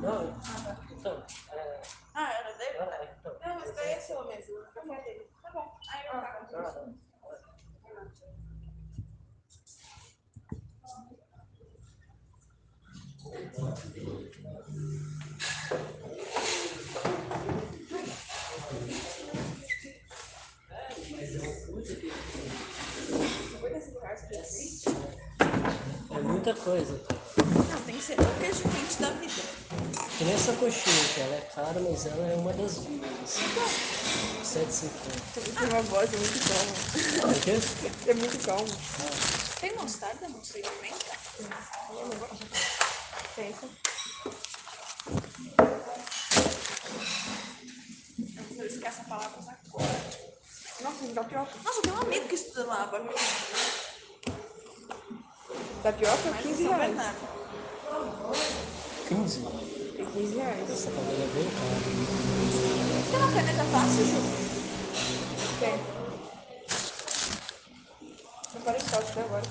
S2: Não, então, é,
S1: Ah, era dele?
S2: ah, então,
S1: Não, mas daí é sua mesmo. Eu quero dele. Tá bom. Aí eu
S2: Ah,
S1: pago.
S2: tá. É muita coisa, cara.
S1: Não, tem que ser o queijo quente da vida.
S2: Que nem essa coxinha, que ela é cara, mas ela é uma das boas. 7,50.
S3: Tem uma voz muito calma.
S2: É o quê?
S3: É muito calma.
S1: Tem mostarda no seu pimenta?
S3: Pensa.
S1: Eu vou esquecer essa palavra agora.
S3: Nossa, de tapioca.
S1: Nossa, eu tenho um amigo que estuda lá agora.
S3: Tapioca é
S1: Mas
S3: 15
S1: em São
S3: reais.
S1: Bernardo.
S2: 15.
S3: É 15 reais.
S2: Essa cadeira é bem cara.
S1: Tem uma caneta fácil, Ju?
S3: Tem. Não parei só até agora.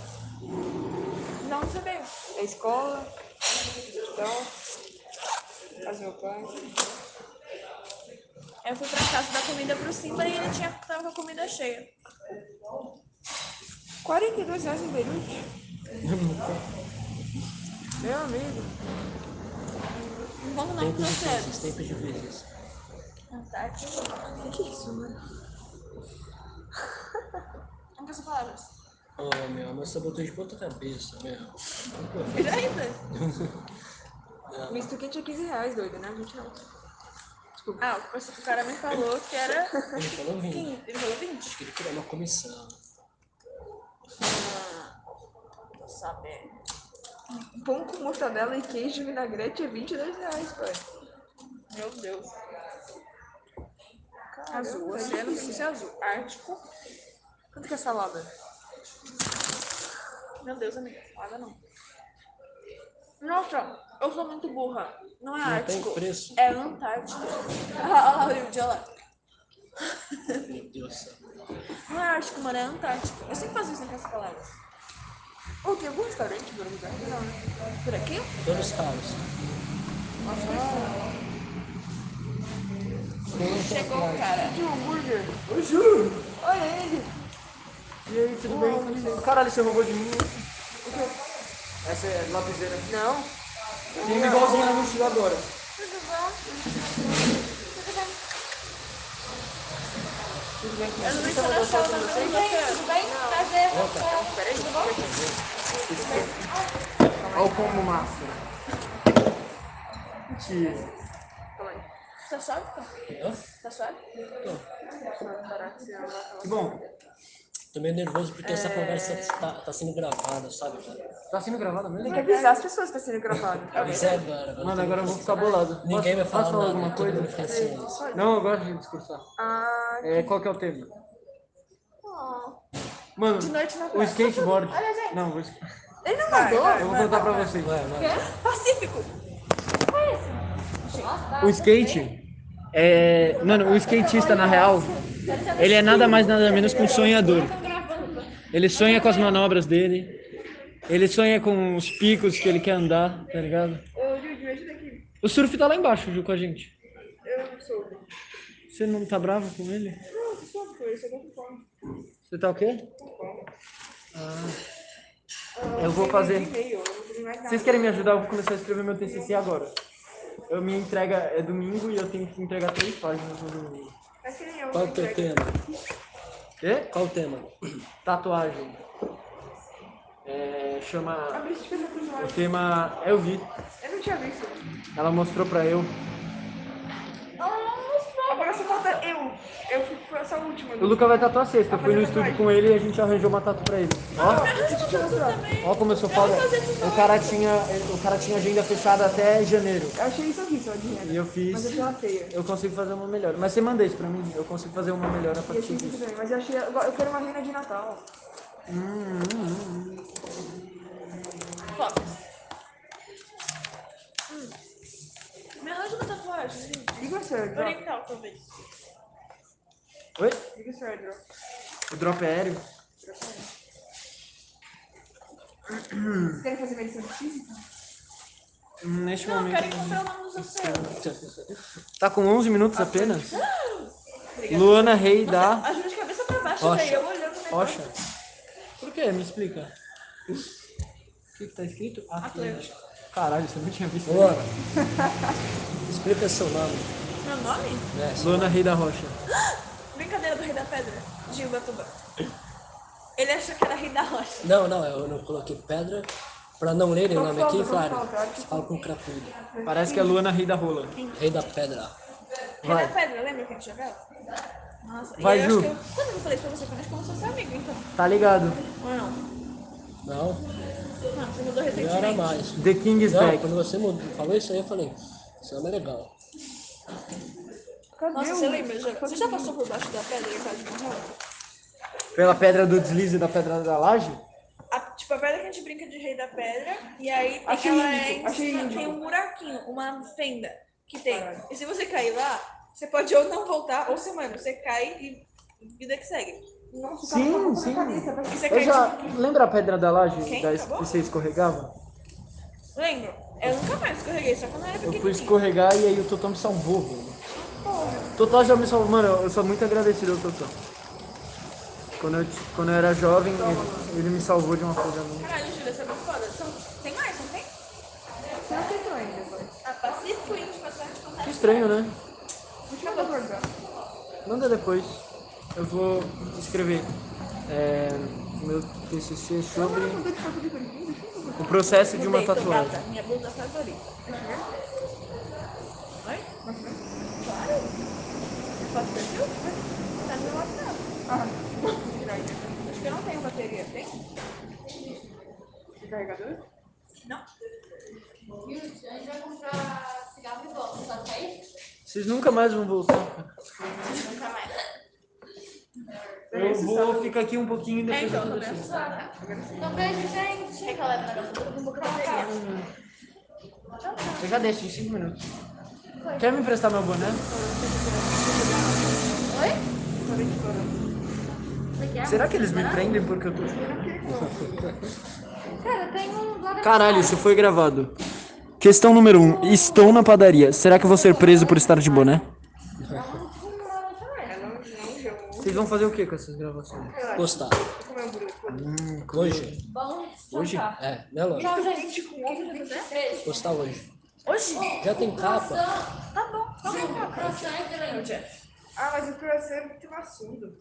S1: Não, você veio.
S3: É escola, então, faz meu pai.
S1: Eu fui pra casa dar comida pro Simba e ele tinha, tava com a comida cheia.
S3: 42 reais em Beirute. Meu amigo.
S1: Não vamos lá
S2: Tempos
S1: processo.
S2: difíceis, tempos difíceis.
S1: Vontade.
S3: Que isso, mano?
S1: Não com essas palavras.
S2: Oh, meu amor, você botou de ponta cabeça, meu.
S1: Vira ainda.
S3: Misto quente é 15 reais, doido, né? 20 reais.
S1: Ah, o professor- o cara me falou que era
S2: Ele falou vindo.
S1: 15. Ele falou 20.
S2: Acho que ele queria uma comissão.
S1: Saber.
S3: Pão com mortadela e queijo e vinagrete é 22 reais, pai.
S1: Meu Deus.
S3: Azul,
S1: Azul,
S3: azul.
S1: oceano, se é azul. Ártico.
S3: tá Quanto que é salada?
S1: Meu Deus, amiga. Olha não. Nossa, eu sou muito burra. Não é
S2: Não tem
S1: Ártico.
S2: preço.
S1: É Antártico. Ah, olha o dia lá.
S2: Meu Deus do céu.
S1: Não é Ártico, mano, é Antártico. Eu sempre faço isso com as palavras.
S3: Pô, tem algum restaurante por lugar? Não, né?
S1: Por aqui?
S2: Todos caros.
S1: Chegou o cara.
S3: De um hambúrguer. Eu juro. Olha ele.
S5: E aí, tudo bem? Caralho, você roubou de mim. Essa é lapiseira.
S3: Não.
S5: Tem um igualzinho no estilo agora.
S3: Tudo bom? Tudo bem com
S1: Eu não
S3: você?
S1: me conheço, mas eu não sei.
S3: bem? Prazer.
S5: então,
S3: Peraí, tudo bom?
S5: Olha o combo massa. Mentira.
S3: Calma aí.
S1: Tá suave, então? Tá suave?
S3: Caraca, você não vai falar.
S5: Bom,
S2: Tô meio nervoso porque essa conversa tá, tá sendo gravada, sabe, cara?
S5: tá sendo gravada
S3: Tem
S5: mesmo?
S3: que avisar as pessoas que tá sendo gravado.
S2: Mas é agora. agora
S5: Mano,
S2: tem-
S5: agora eu vou ficar bolado.
S2: Ninguém vai
S5: Posso-
S2: falar,
S5: posso falar
S2: nada,
S5: alguma
S2: todo mundo
S5: coisa?
S2: fica em silêncio.
S5: Não, agora deixa eu discursar.
S3: Ah,
S5: É, qual que é o tema?
S2: Oh.
S3: não.
S5: Mano,
S1: De noite na
S5: o
S1: praia.
S5: skateboard.
S3: Olha, gente.
S5: Não, vou esque-
S3: Ele não
S1: Vai,
S3: mandou?
S1: vai.
S5: eu vou contar pra vocês.
S2: Vai, vai.
S1: Pacífico!
S5: O skate é. Mano, o skatista, na real, ele é nada mais nada menos que um sonhador. Ele sonha com as manobras dele. Ele sonha com os picos que ele quer andar, tá ligado?
S3: Ô, Jude, me ajuda aqui.
S5: O surf tá lá embaixo, Ju, com a gente.
S3: Eu soube.
S5: Você não tá bravo com ele?
S3: Não, eu soube, foi isso. Eu tô com fome.
S5: Você tá o quê? Ah.
S3: Tô com fome.
S5: Eu vou fazer.
S3: Eu tenho e-mail, eu não tenho mais nada.
S5: Vocês querem me ajudar? Eu vou começar a escrever meu TCC agora. Eu me entrega é domingo e eu tenho que entregar três páginas no domingo.
S3: Mas que nem eu.
S2: Qual o teu tema?
S5: Quê?
S2: Qual o tema?
S5: Tatuagem. É, chama.
S3: Abri de fazer pro
S5: O
S3: Jorge.
S5: tema. Eu vi.
S3: Eu não tinha visto.
S5: Ela mostrou pra eu.
S3: Agora só falta eu. Eu fui com essa última.
S5: O Luca vai tatuar sexta. Eu fui no estúdio com ele e a gente arranjou uma tatu pra ele. Ó,
S3: Deixa eu te mostrar.
S5: ó como eu sou foda. O cara, tinha, o cara tinha agenda fechada até janeiro.
S3: Eu achei isso aqui, só de reto. Mas
S5: E eu
S3: eu
S5: fiz.
S3: achei ela feia.
S5: Eu consigo fazer uma melhor. Mas você manda isso pra mim. Eu consigo fazer uma melhor a
S3: E
S5: partir
S3: achei
S5: disso. Hum,
S3: muito bem. Mas eu achei. Eu eu quero uma reina de Natal.
S1: Fotos. Hum. Me arranja uma tatuagem. gente.
S3: Liga o seu airdrop.
S1: Oriental, talvez.
S5: Oi?
S3: Liga o seu airdrop.
S5: O drop é aéreo.
S3: Vocês querem fazer medição física?
S5: Hum, Neste
S1: Não, eu
S5: momento.
S1: quero encontrar o nome Ah, dos oceanos.
S5: Tá com 11 minutos apenas? Luana Rei da
S1: Ajuda de cabeça pra baixo,
S2: Rocha.
S1: velho. Eu olhando o negócio.
S5: Rocha. Por quê? Me explica. O que, que tá escrito? Atlântico. Caralho, você não tinha visto.
S2: Luana, explica seu nome.
S1: Meu nome?
S2: Né?
S5: Luana Rei da Rocha.
S1: Brincadeira do Rei da Pedra, de Ubatuba. Ele achou que era Rei da Rocha.
S2: Não, não, eu não coloquei pedra pra não lerem o nome aqui,
S3: falando,
S2: claro.
S3: tô falando.
S2: Você fala com crapudo.
S5: Parece que a Luana ri da rola.
S2: Rei da pedra.
S1: Rei da
S5: Vai.
S1: Pedra, lembra que a gente jogava? Nossa,
S5: Vai,
S1: e eu
S5: Ju.
S1: acho que eu, quando eu falei isso pra você, parece que eu não sou seu amigo, então.
S5: Tá ligado?
S1: Ou não? Não,
S2: Não,
S1: você mudou
S2: não era
S1: recentemente.
S2: mais.
S5: The King is
S2: Não,
S5: back.
S2: quando você mudou- falou isso aí, eu falei, isso não é legal.
S3: Cadê
S1: Nossa,
S3: o-
S1: você lembra? Ju? Você já passou por baixo da pedra e quase morreu?
S5: Pela pedra do deslize da pedra da laje?
S1: A- tipo, a pedra que a gente brinca de rei da pedra, e aí tem-
S3: Achei
S1: ela
S3: lindo,
S1: é em
S3: achei
S1: cima,
S3: lindo.
S1: tem um buraquinho, uma fenda que tem. E se você cair lá, você pode ou não voltar, ou você, mano, você cai e vida que segue.
S3: Nossa,
S5: Sim,
S3: tá com a
S5: sim.
S3: cabeça, vai-
S1: E você
S5: Eu
S1: cai,
S5: já.
S1: tipo,
S5: Lembra a pedra da laje
S1: Quem?
S5: da...
S1: Acabou?
S5: que você escorregava?
S1: lembro, eu nunca mais escorreguei, só quando eu era
S5: Eu fui
S1: pequenininho.
S5: escorregar e aí o Totó me salvou, velho. Totó já me salvou. Mano, eu sou muito agradecido ao Totó. Quando eu, quando eu era jovem, ele, ele me salvou de uma coisa muito.
S1: Caralho, Júlia, você é muito foda. São- Tem mais, não tem?
S3: Não tem pra ainda, vai.
S1: A Pacífico e os passagem de
S5: Que
S1: contagem.
S5: estranho, né?
S3: Deixa eu acordar.
S5: Manda depois. Eu vou escrever é, meu TCC sobre
S3: Não tem que fazer de brinquedo, deixa eu acordar.
S5: o processo de uma
S1: Mudei, tô
S5: tatuagem.
S1: gata, Minha blusa favorita. Uhum. Oi? Claro. Posso ter seu? Tá no meu WhatsApp. Acho que eu não tenho bateria. Tem?
S3: Ah, carregador?
S1: Não.
S6: A gente vai comprar cigarro e volta, sabe sair?
S5: Vocês nunca mais vão voltar. cara.
S6: Nunca mais.
S5: Eu vou ficar aqui um pouquinho e depois. eu vou descer.
S6: né? Então, beijo, gente. Quer que eu leve o negócio? Eu tô com pouca bateria.
S5: Eu já deixo em 5 minutos. Quer me emprestar meu boné?
S6: Oi? Você quer?
S5: Será que eles me prendem porque eu tô.
S6: Cara, tem um vários-
S5: Caralho, isso foi gravado. Questão número 1. Um, estou na padaria. Será que eu vou ser preso por estar de né? boné?
S3: É,
S5: Vocês vão fazer o que com essas gravações?
S2: Gostar.
S3: um
S2: Hoje?
S6: Vamos
S2: Hoje?
S6: descansar.
S2: É, né, Lô?
S6: Tchau, gente. O que a gente vai fazer?
S2: Gostar hoje.
S1: Hoje?
S2: Já tem capa?
S6: Croissant.
S1: Tá bom. Tá bom.
S6: Croissant é grande.
S3: Ah, mas o croissant é muito maçudo.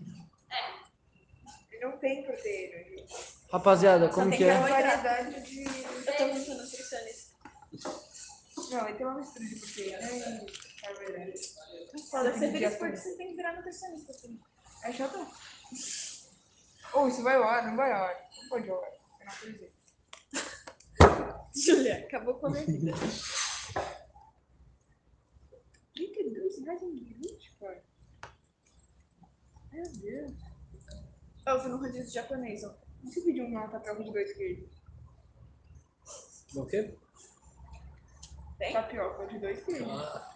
S3: É. Não tem proteína, viu?
S5: Rapaziada, como
S1: tem
S5: que
S1: que
S5: é?
S1: arrumar-
S3: Variedade de...
S1: Eu tô muito nutricionista.
S3: Não, ele tem uma mistura de proteína
S1: né,
S3: e carboidrato.
S1: Foda, você feliz porque você tem que virar nutricionista. assim.
S3: É chato. Ou isso vai hora, não vai hora. Não pode hora. Eu não acredito.
S1: Júlia, acabou com a minha vida.
S3: 32 reais em 20, cara. Meu Deus.
S1: Eu fui num rodízio japonês ontem.
S3: E se pedir uma
S1: tá
S3: tapioca de dois queijos?
S2: O quê?
S3: Tapioca de dois queijos.
S2: Ah,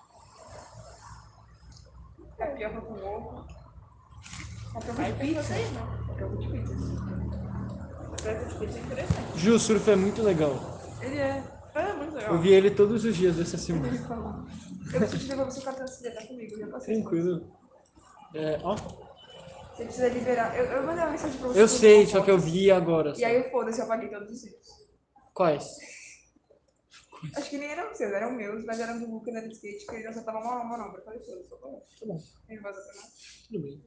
S3: Tapioca com ovo. Tapioca de pizza.
S1: né?
S3: Tapioca de pizza.
S1: Pra que é interessante.
S5: Ju, surf é muito legal.
S3: Ele é.
S1: Mas é muito legal.
S5: Eu vi ele todos os dias dessa semana.
S3: Ele falou. Eu preciso te devolver seu cartão se você tá comigo, eu já passei.
S5: Tranquilo. É, ó.
S3: Você precisa liberar. Eu, eu mandei uma mensagem pra você.
S5: Eu sei, só que eu vi agora.
S3: E
S5: Só.
S3: aí eu foda-se, eu apaguei todos os vídeos.
S5: Quais?
S3: Acho que nem eram seus, eram meus, mas eram do Luca, né, do skate, que ele já tava uma manobra. Eu Falei, foda-se, eu vou.
S5: Tá bom,
S3: Tem vazar pra nós.
S5: tudo bem.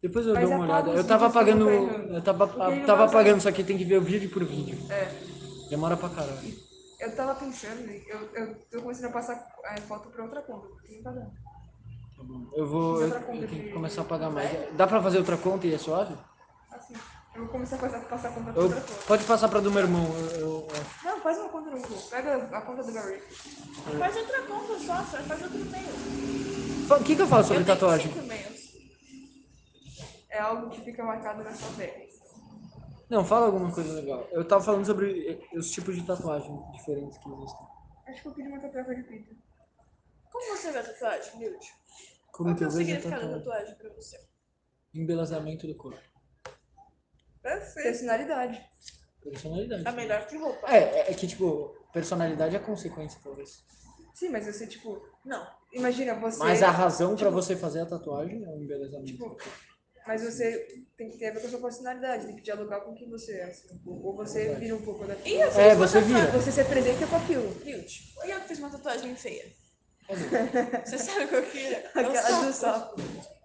S5: Depois eu
S3: Mas
S5: dou uma
S3: apaga
S5: olhada.
S3: os
S5: Eu tava
S3: vídeos que eu
S5: apagando.
S3: não
S5: Eu tava,
S3: Porque ele não
S5: tava
S3: vai usar.
S5: apagando, só que tem que ver o vídeo por vídeo.
S3: É.
S5: Demora pra caralho.
S3: Eu tava pensando, em- eu, eu tô começando a passar é, foto pra outra conta, porque não tá dando.
S5: Tá bom. Eu vou. Eu,
S3: Outra
S5: eu
S3: conta
S5: tenho que
S3: de-
S5: começar a pagar mais. Dá pra fazer outra conta e é suave?
S3: Assim, eu vou começar a passar, passar conta pra
S5: Eu,
S3: outra conta.
S5: pode passar pra do meu irmão. Eu, eu- eu-
S3: Não, faz uma conta no Google. Pega a conta do Gary.
S1: Faz outra conta só, só faz outro e-mail.
S5: Fa- O que, que eu falo sobre
S1: Eu tenho
S5: tatuagem?
S1: cinco e-mails.
S3: É algo que fica marcado na sua pele.
S5: Não, fala alguma coisa legal. Eu tava falando sobre eh, os tipos de tatuagem diferentes que existem.
S3: Acho que eu pedi uma tapioca de pizza.
S1: Como você vê a tatuagem, Milde?
S5: Como
S1: Qual
S5: que
S1: que é
S5: eu
S1: o
S5: vejo a
S1: significado da
S5: tatuagem?
S1: tatuagem pra você?
S5: Embelezamento do corpo.
S1: Deve ser
S3: Personalidade.
S5: Personalidade.
S1: a Tá melhor que roupa.
S5: É, é, é que, tipo, personalidade é consequência, talvez.
S3: Sim, mas você, tipo,
S1: Não.
S3: imagina você.
S5: Mas a razão
S1: Tipo-
S5: pra você fazer a tatuagem é o embelezamento.
S3: Tipo, mas você tem que ter a ver com a sua personalidade, tem que dialogar com quem você é, assim, um pouco. Ou você vira um pouco daquilo.
S1: E eu fiz
S5: É,
S1: uma
S5: você
S1: tatuagem,
S5: vira.
S3: Você se apresenta com aquilo.
S1: Milde. E eu
S5: um
S1: que fiz uma tatuagem feia. você sabe o que eu queria? Eu
S3: Aquela do
S1: sou-
S3: sapo.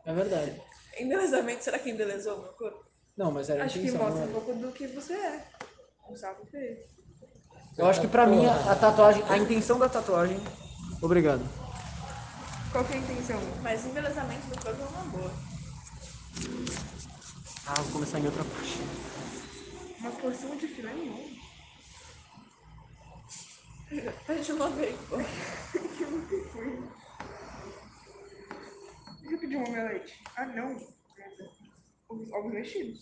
S2: É verdade.
S1: Embelezamento, será que embelezou o meu corpo?
S5: Não, mas é, era a
S3: Acho que
S5: intenção.
S3: mostra
S5: não
S3: um
S5: era?
S3: pouco do que você é. Um sapo feio.
S5: Eu acho que pra mim a, a tatuagem, a intenção da tatuagem. Obrigado.
S3: Qual que é a intenção?
S1: Mas embelezamento do corpo é uma boa.
S5: Ah, vou começar em outra parte.
S3: Uma porção de filé mignon.
S1: Faz uma vez, pô.
S3: Por que eu pedi um omelete? Ah, não. Ovos, ovos mexidos.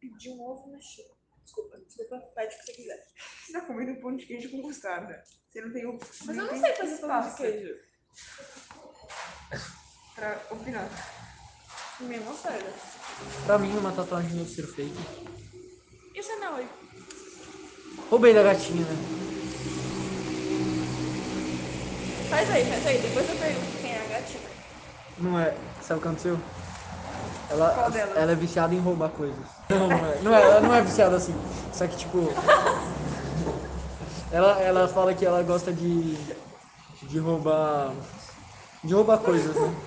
S1: Pedi um ovo mexido. Desculpa, desculpa, pede o que você quiser.
S3: Você tá comendo pão de queijo com mostarda. Você não tem o.
S1: Mas eu não
S3: tem
S1: sei fazer pão de
S3: espaço
S1: queijo.
S3: Pra opinar.
S1: Minha mostarda.
S5: Pra mim, uma tatuagem não ser feita.
S1: Isso é não, eu
S5: Roubei da gatinha, né?
S1: Faz aí, faz aí. Depois eu pergunto quem é a gatinha.
S5: Não é. Sabe o que aconteceu? Ela,
S3: Qual delas?
S5: ela é viciada em roubar coisas. Não, não é. Não é, ela não é viciada assim. Só que, tipo. Ela, ela fala que ela gosta de. de roubar. de roubar coisas, né?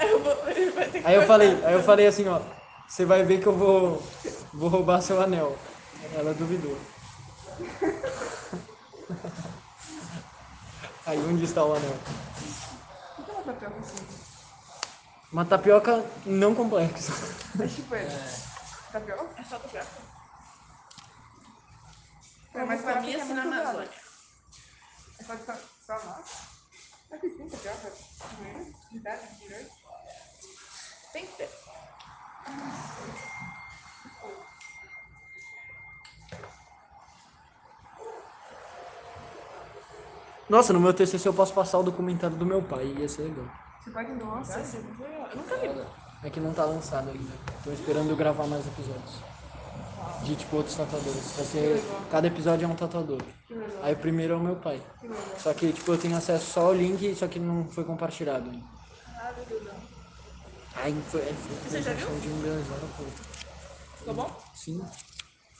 S1: Eu vou, ele vai ter que
S5: Aí eu
S1: cortar.
S5: falei, aí eu falei assim, ó, você vai ver que eu vou, vou roubar seu anel. Ela duvidou. Aí onde está o anel?
S3: O que é uma tapioca assim?
S5: Uma tapioca não complexa.
S3: É tipo é. Tapioca?
S1: É só do gato.
S3: É, mas
S1: pra
S3: tapioca
S1: mim
S3: é
S1: assim na
S3: muito dada.
S1: Amazônia.
S3: É só de sa- só massa? Será que tem tapioca? De manhã? De tarde? De noite?
S1: Tem que ter.
S5: Nossa, no meu TCC eu posso passar o documentário do meu pai, ia ser legal.
S3: Você pode ir
S1: Nossa,
S3: Nossa.
S1: isso é muito legal. Eu nunca vi.
S5: É que não tá lançado ainda. Tô esperando eu gravar mais episódios. De tipo outros tatuadores. Vai ser, cada episódio é um tatuador. Aí o primeiro é o meu pai. Só que tipo, eu tenho acesso só ao link, só que não foi compartilhado ainda. Ai, foi, é, foi
S1: Você já viu?
S5: de um belezão, pô.
S1: Ficou bom?
S5: Sim.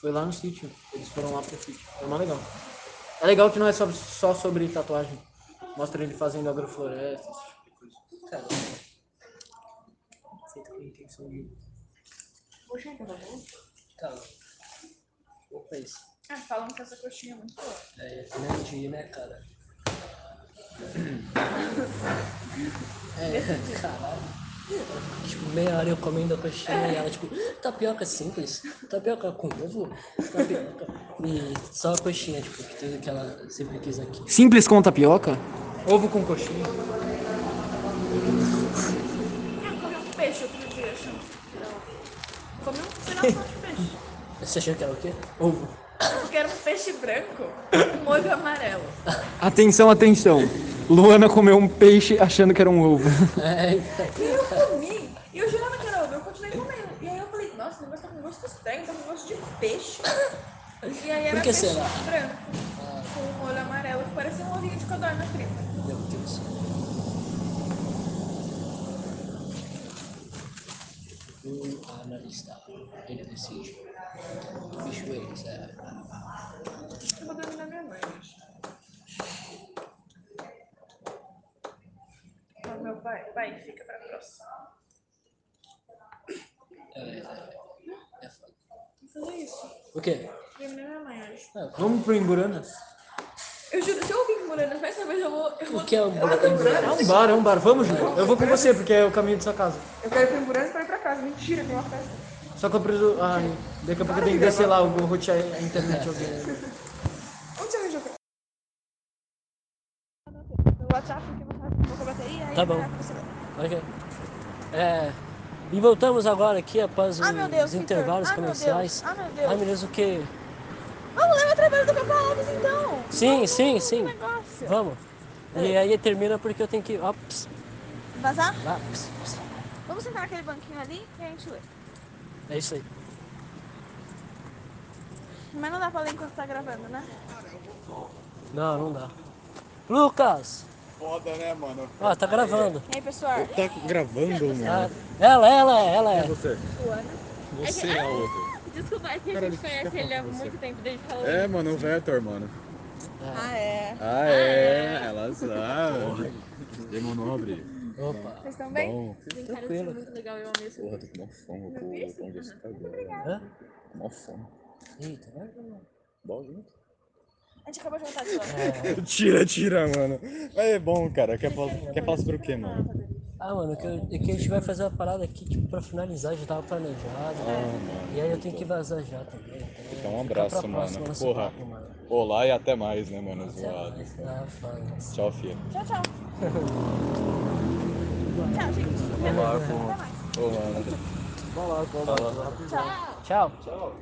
S5: Foi lá no sítio. Eles foram lá pro sítio. É mó legal. É legal que não é sobre- só sobre tatuagem. Mostra ele fazendo agrofloresta, esse tipo de coisa. Cara, feito com intenção de.
S3: Poxa, então tá bom.
S2: Calma. Opa, isso.
S1: Ah, falam que essa coxinha é muito boa.
S2: É, não de, né, cara? É, caralho. Tipo, meia hora eu comendo a coxinha e ela, tipo, tapioca simples, tapioca com ovo, tapioca. E só a coxinha, tipo, que tudo que ela sempre quis aqui.
S5: Simples com tapioca? Ovo com coxinha.
S1: Eu comi um peixe outro dia, achando. Não. Comi um pedaço de peixe.
S2: Você achou que era o quê?
S5: Ovo.
S1: Porque era um peixe branco com molho amarelo.
S5: Atenção, atenção. Luana comeu um peixe achando que era um ovo.
S2: É, então.
S1: E eu comi, e eu jurava que era ovo, eu continuei comendo. E aí eu falei, nossa, o negócio tá com gosto estranho, tá com gosto de peixe. E aí era
S2: Por que
S1: peixe
S2: será?
S1: branco, com um molho amarelo, que parecia um ovinho de codorna frita.
S2: Meu Deus. O analista, ele decide. Que bicho eles é?
S1: Eu vou dando na minha mãe, eu acho. Ah, meu pai, pai, fica pra próxima.
S2: É, é foda.
S1: Vou fazer isso. é
S2: O quê?
S1: Terminei minha mãe hoje.
S5: Vamos pro Emburanas?
S1: Eu juro, se eu ouvir Muranas mais uma vez, eu vou. Eu vou...
S2: O que é o
S5: É
S2: buraco?
S5: um bar, é um bar. Vamos, Júlio. Eu vou com você, porque é o caminho de sua casa.
S3: Eu quero ir pra Imburana pra ir pra casa. Mentira, tem uma festa.
S5: Só que eu preciso... Ai, daqui a pouco eu tenho que descer lá, eu vou rotear a internet. Alguém.
S3: Onde você arranjou?
S1: Pelo WhatsApp, porque eu vou falar com a bateria. aí
S2: Tá bom.
S1: vai lá com você.
S2: Ok. É. E voltamos agora aqui após
S1: Ah,
S2: os
S1: meu Deus, Vitor.
S2: intervalos
S1: Ah, meu Deus.
S2: comerciais.
S1: Ah, meu Deus.
S2: Ai, meu Deus, o quê?
S1: Vamos levar o trabalho do Cacau Alves, então.
S2: Sim,
S1: Vamos,
S2: sim, sim.
S1: negócio.
S2: Vamos. E aí termina porque eu tenho que. Ó, ps,
S1: Vazar?
S2: lá, ps, ps.
S1: Vamos sentar naquele banquinho ali e a gente lê.
S2: É isso aí.
S1: Mas não dá pra ler enquanto tá gravando, né?
S2: Não, não dá. Lucas!
S7: Foda, né, mano?
S2: Ó, tá gravando.
S1: E aí, pessoal?
S7: Tá gravando, mano?
S2: Tá? Ela, ela, ela é.
S7: Você. Você é a outra.
S6: Desculpa, é que a gente conhece ele há muito tempo, desde falou.
S7: É, mano, o Vetor, mano.
S1: Ah, é.
S7: Ah, é. Ela sabe. Demon Nobre.
S2: Opa.
S1: Vocês estão bem?
S7: Bom,
S1: Tem cara de ser
S2: tranquilo.
S1: muito legal, eu amei esse
S7: porra, tô com uma fome. Vou comer o pão tá de açúcar agora.
S2: Hã?
S7: Tô com uma fome.
S2: Eita, né? vai, vai, vai.
S7: Bom, junto.
S1: A gente acabou de voltar de lá.
S2: É.
S7: Tira, tira, mano. Mas é bom, cara. Quer falar, quer falar sobre o quê, mano?
S2: Ah, mano, que, eu- é que a gente vai fazer uma parada aqui, tipo, pra finalizar, já tava planejado.
S7: mano,
S2: e aí eu tenho que vazar já também.
S7: É. Então, um
S2: fica pra
S7: abraço,
S2: próxima
S7: mano.
S2: nosso
S7: Porra.
S2: papo, mano.
S7: Olá e até mais, né, mano?
S2: Até
S7: Zoado.
S2: mais, tá, fala.
S7: Tchau, filho.
S1: Tchau, tchau. tchau, gente.
S7: Olá, pô. Olá.
S2: Tchau. Tchau.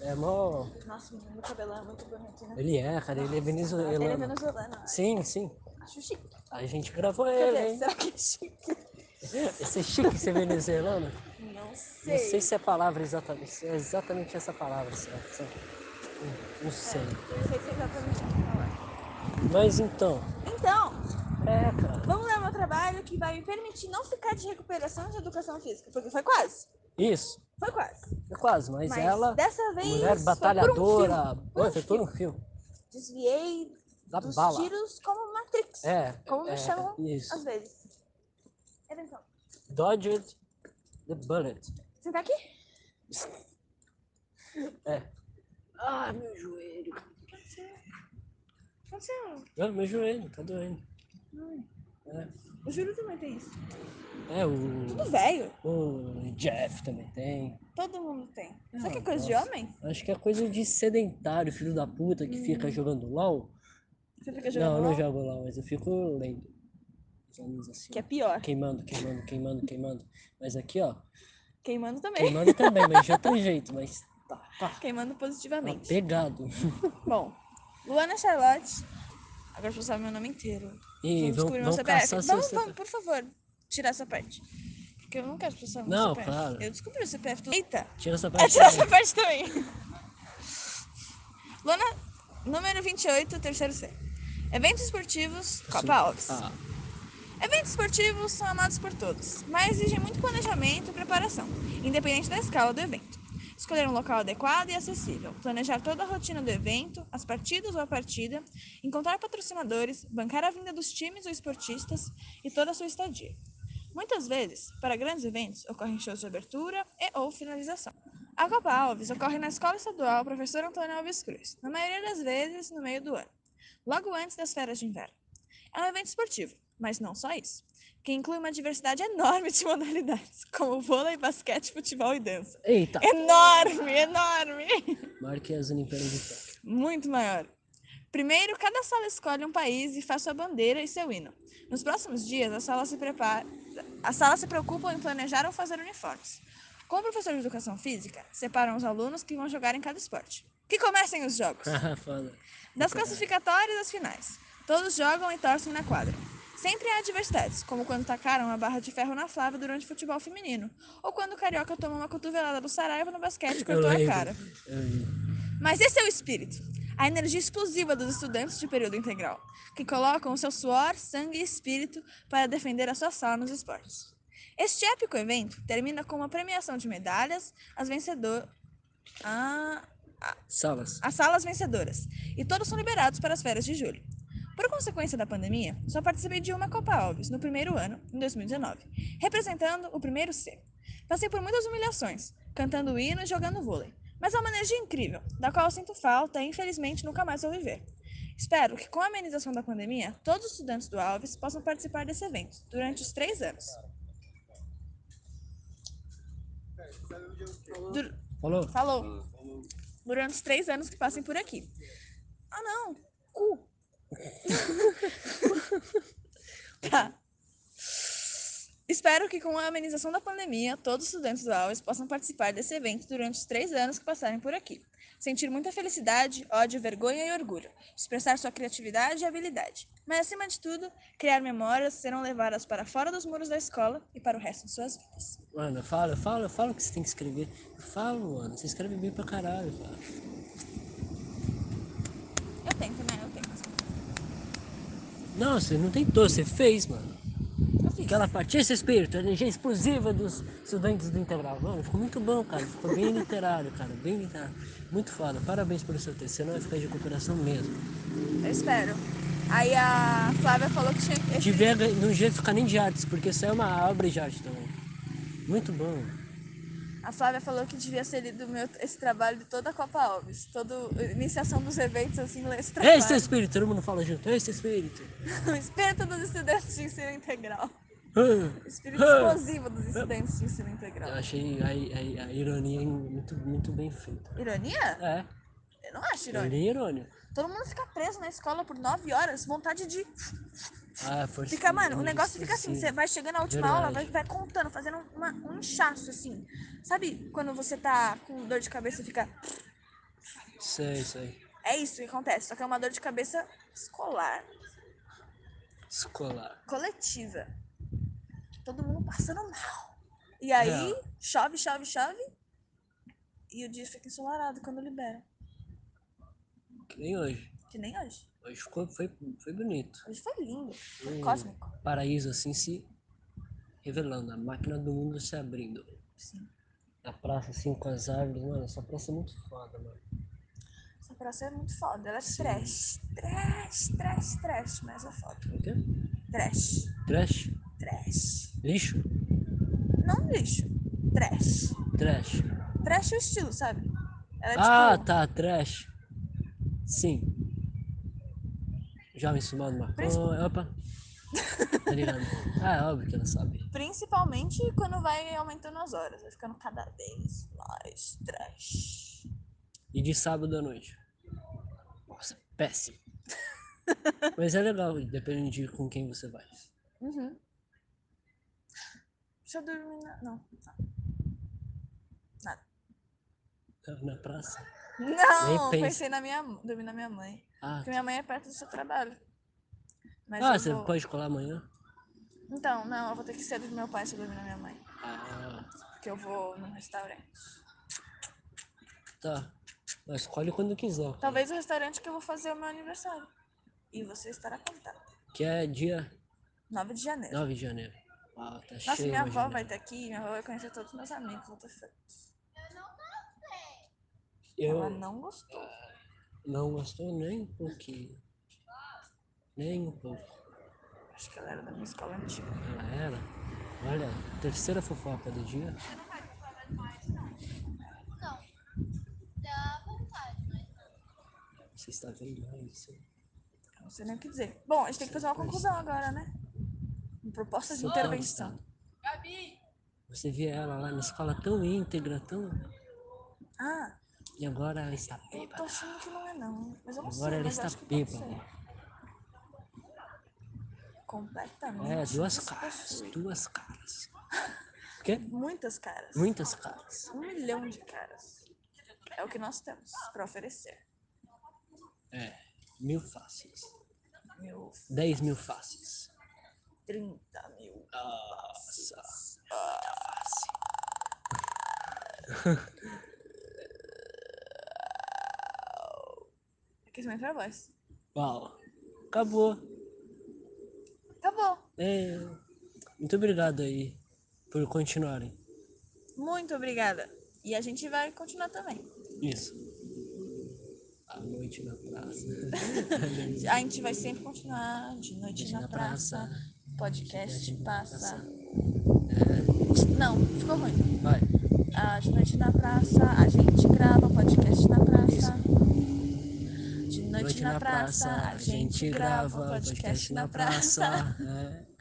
S2: É mó.
S1: Nossa, menino, meu cabelo é muito bonito, né?
S2: Ele é, cara, ele é
S1: Ele é
S2: venezuelano.
S1: venezuelano. né?
S2: Sim, sim.
S1: Acho chique.
S2: A gente gravou
S1: Quer
S2: ele,
S1: dizer,
S2: hein?
S1: será que é chique?
S2: Esse é chique ser venezuelano?
S1: Não sei.
S2: Não sei se é a palavra exatamente. se É exatamente essa palavra, certo? Só- Não sei.
S1: Não sei se é exatamente o que falar.
S2: Mas então.
S1: Então,
S2: É, cara.
S1: vamos ler meu trabalho que vai me permitir não ficar de recuperação de educação física. Porque foi quase.
S2: Isso.
S1: Foi quase.
S2: É quase, mas,
S1: Mas
S2: ela.
S1: dessa vez.
S2: Mulher
S1: foi por um
S2: batalhadora.
S1: fio. Por
S2: Foi,
S1: um
S2: foi por
S1: fio.
S2: um fio.
S1: Desviei
S2: Da
S1: dos
S2: bala.
S1: tiros como Matrix.
S2: É.
S1: Como me
S2: é,
S1: chamam
S2: Isso.
S1: às vezes. Era então.
S2: Dodged the bullet.
S1: Você tá aqui?
S2: É.
S1: Ah, meu joelho. O que aconteceu? O que aconteceu?
S2: Ah, meu joelho, tá doendo.
S1: O Júlio também tem isso.
S2: É, o.
S1: Tudo velho.
S2: O Jeff também tem.
S1: Todo mundo tem. Só que é
S2: Ah,
S1: coisa de
S2: nossa.
S1: homem?
S2: Acho que é coisa de sedentário, filho da puta, que
S1: Hum.
S2: fica jogando LOL.
S1: Você fica
S2: não,
S1: jogando.
S2: eu não
S1: LOL?
S2: jogo LOL, mas eu fico lendo. Os animes assim.
S1: Que é pior.
S2: Queimando, queimando, queimando, queimando. Mas aqui, ó.
S1: Queimando também.
S2: Queimando também, mas de outro jeito, mas tá, tá.
S1: Queimando
S2: tá
S1: positivamente.
S2: pegado.
S1: Bom, Luana Charlotte. Agora eu vou saber meu nome inteiro.
S2: E
S1: vamos
S2: vão,
S1: descobrir meu
S2: vão
S1: CPF.
S2: caçar seu
S1: vamos,
S2: CPF.
S1: vamos, por favor, tirar essa parte. Porque eu não quero processar meu
S2: Não,
S1: CPF.
S2: claro.
S1: Eu descobri o CPF do. Eita!
S2: Tira essa
S1: É
S2: parte.
S1: tirar essa
S2: também.
S1: parte também. Lona, número 28, terceiro C. Eventos esportivos, Copa Alves.
S2: Ah,
S1: Eventos esportivos são amados por todos, mas exigem muito planejamento e preparação, independente da escala do evento. Escolher um local adequado e acessível, planejar toda a rotina do evento, as partidas ou a partida, encontrar patrocinadores, bancar a vinda dos times ou esportistas e toda a sua estadia. Muitas vezes, para grandes eventos, ocorrem shows de abertura e ou finalização. A Copa Alves ocorre na Escola Estadual Professor Antônio Alves Cruz, na maioria das vezes no meio do ano, logo antes das férias de inverno. É um evento esportivo, mas não só isso, que inclui uma diversidade enorme de modalidades, como vôlei, basquete, futebol e dança.
S2: Eita!
S1: Enorme, enorme!
S2: Maior que as Olimpíadas de Tóquio.
S1: Muito maior. Primeiro, cada sala escolhe um país e faz sua bandeira e seu hino. Nos próximos dias, a sala se prepara, a sala se preocupa em planejar ou fazer uniformes. Com o professor de educação física, separam os alunos que vão jogar em cada esporte. Que comecem os jogos!
S2: Ah, foda.
S1: Das classificatórias às finais. Todos jogam e torcem na quadra. Sempre há adversidades, como quando tacaram a barra de ferro na Flávia durante o futebol feminino, ou quando o carioca tomou uma cotovelada do Saraiva no basquete e
S2: Eu
S1: cortou a
S2: lembro. É.
S1: cara.
S2: Eu lembro.
S1: Mas esse é o espírito, a energia explosiva dos estudantes de período integral, que colocam o seu suor, sangue e espírito para defender a sua sala nos esportes. Este épico evento termina com uma premiação de medalhas às vencedor... Ah,
S2: Salas.
S1: as salas vencedoras, e todos são liberados para as férias de julho. Por consequência da pandemia, só participei de uma Copa Alves no primeiro ano, em 2019, representando o primeiro C. Passei por muitas humilhações, cantando o hino e jogando vôlei, mas há uma energia incrível, da qual eu sinto falta e infelizmente nunca mais vou viver. Espero que com a amenização da pandemia, todos os estudantes do Alves possam participar desse evento durante os três anos. Dur-
S2: Falou?
S1: Falou. Durante os três anos que passem por aqui. Ah, não. Cu. tá. Espero que com a amenização da pandemia, todos os estudantes do Alves possam participar desse evento durante os três anos que passarem por aqui. Sentir muita felicidade, ódio, vergonha e orgulho. Expressar sua criatividade e habilidade. Mas, acima de tudo, criar memórias que serão levadas para fora dos muros da escola e para o resto de suas vidas.
S2: Mano, fala, fala, fala o que você tem que escrever. Eu falo, mano. Você escreve bem pra caralho, cara.
S1: Eu tento, né? Eu tento.
S2: Não, você não tentou, você fez, mano.
S1: Eu fiz.
S2: Aquela parte, esse espírito, a energia explosiva dos estudantes do integral. Mano, ficou muito bom, cara. Ficou bem literário, cara. Bem literário. Muito foda. Parabéns pelo seu texto. Você não vai ficar de recuperação mesmo.
S1: Eu espero. Aí a Flávia falou que tinha que.
S2: Devia, não devia ficar nem de artes, porque isso é uma obra de arte também. Muito bom.
S1: A Flávia falou que devia ser lido meu, esse trabalho de toda a Copa Alves. Todo, iniciação dos eventos, assim, ler esse trabalho.
S2: Ei, seu espírito, todo mundo fala junto. Ei, seu espírito.
S1: O espírito dos estudantes de ensino integral.
S2: Ah.
S1: O espírito explosivo dos estudantes de ensino
S2: Eu
S1: integral.
S2: achei a, a- a ironia muito, muito bem feita.
S1: Ironia?
S2: É,
S1: Eu não acho irônica.
S2: ironia irônia.
S1: Todo mundo fica preso na escola por nove horas, vontade de.
S2: Ah, força.
S1: Fica, mano, o
S2: isso,
S1: negócio fica assim,
S2: sim.
S1: você vai chegando na última
S2: Verdade.
S1: aula, vai, vai contando, fazendo uma- um inchaço, assim. Sabe quando você tá com dor de cabeça e fica.
S2: Sei, sei.
S1: É isso que acontece, só que é uma dor de cabeça escolar,
S2: Escolar.
S1: coletiva. Todo mundo passando mal. E aí,
S2: Real.
S1: chove, chove, chove. E o dia fica ensolarado quando libera.
S2: Que nem hoje.
S1: Que nem hoje.
S2: Hoje ficou, foi, foi bonito.
S1: Hoje foi lindo. Foi
S2: Hum.
S1: cósmico.
S2: Paraíso assim se revelando, a máquina do mundo se abrindo.
S1: Sim.
S2: A praça assim com as árvores, mano, essa praça é muito foda, mano.
S1: Essa praça é muito foda. Ela é trash. Trash, trash, trash. Mas é foda.
S2: O quê?
S1: Trash.
S2: Trash?
S1: Trash.
S2: Lixo?
S1: Não lixo. Trash.
S2: Trash.
S1: Trash é o estilo, sabe? Ela é
S2: Ah,
S1: tipo.
S2: tá, trash. Sim. Jovem sumando maconha. Opa. Tá ligado? Ah, é óbvio que ela sabe.
S1: Principalmente quando vai aumentando as horas. Vai ficando cada vez mais trash.
S2: E de sábado à noite. Nossa, péssimo. Mas é legal, dependendo de com quem você vai.
S1: Uhum. Deixa eu dormir na. Não.
S2: É, Na praça.
S1: Não,
S2: Nem pense.
S1: pensei na minha. Dormir na minha mãe.
S2: Ah,
S1: Porque minha mãe é perto do seu trabalho. Mas
S2: ah
S1: eu
S2: você
S1: vou-
S2: pode colar amanhã?
S1: Então, não, eu vou ter que ser do meu pai se eu dormir na minha mãe.
S2: Ah,
S1: Porque eu vou num restaurante.
S2: tá. Mas escolhe quando quiser.
S1: Talvez o restaurante que eu vou fazer o meu aniversário. E você estará contado.
S2: Que é dia
S1: 9 de janeiro.
S2: 9 de janeiro. Ah, tá cheio.
S1: Nossa, minha
S2: hoje,
S1: avó
S2: né?
S1: vai estar aqui, minha avó vai conhecer todos os meus amigos. what the fuck. Ela
S2: Eu
S1: não gostou.
S2: não gostou nem um pouquinho. Nem um pouco.
S1: Acho que ela era da minha escola antiga.
S2: Ela Ah, era. Olha, terceira fofoca do dia.
S6: Dá vontade, mas
S2: Você está vendo aí, você
S1: Não sei nem o que dizer. Bom, a gente tem que fazer uma conclusão agora, né? Proposta de
S2: você tá
S1: intervenção.
S2: avistado. Você via ela lá na escola tão íntegra, tão.
S1: Ah,
S2: E agora ela está
S1: eu tô
S2: bêbada.
S1: achando que não é não. Mas eu não
S2: Agora
S1: sei,
S2: ela
S1: mas eu
S2: está
S1: acho que pode
S2: bêbada.
S1: ser. Completamente.
S2: É, duas caras.
S1: despossuída.
S2: Duas caras. O quê?
S1: Muitas caras.
S2: Muitas caras.
S1: Um milhão de caras. É o que nós temos pra oferecer.
S2: É. Mil faces.
S1: Mil,
S2: Dez mil faces.
S1: 30 mil.
S2: Nossa.
S1: Aquecimento pra voz.
S2: Uau. Acabou.
S1: Acabou.
S2: É. Muito obrigado aí por continuarem.
S1: Muito obrigada. E a gente vai continuar também.
S2: Isso. À noite na praça.
S1: A gente vai sempre continuar de noite
S2: Noite
S1: na,
S2: na
S1: praça.
S2: praça.
S1: Podcast
S2: Podcast
S1: passa.
S2: passa.
S1: Não, ficou ruim.
S2: Vai.
S1: Ah, de noite na praça, a gente grava o podcast na praça. De noite, na, praça, a gente grava o podcast na praça.
S2: É.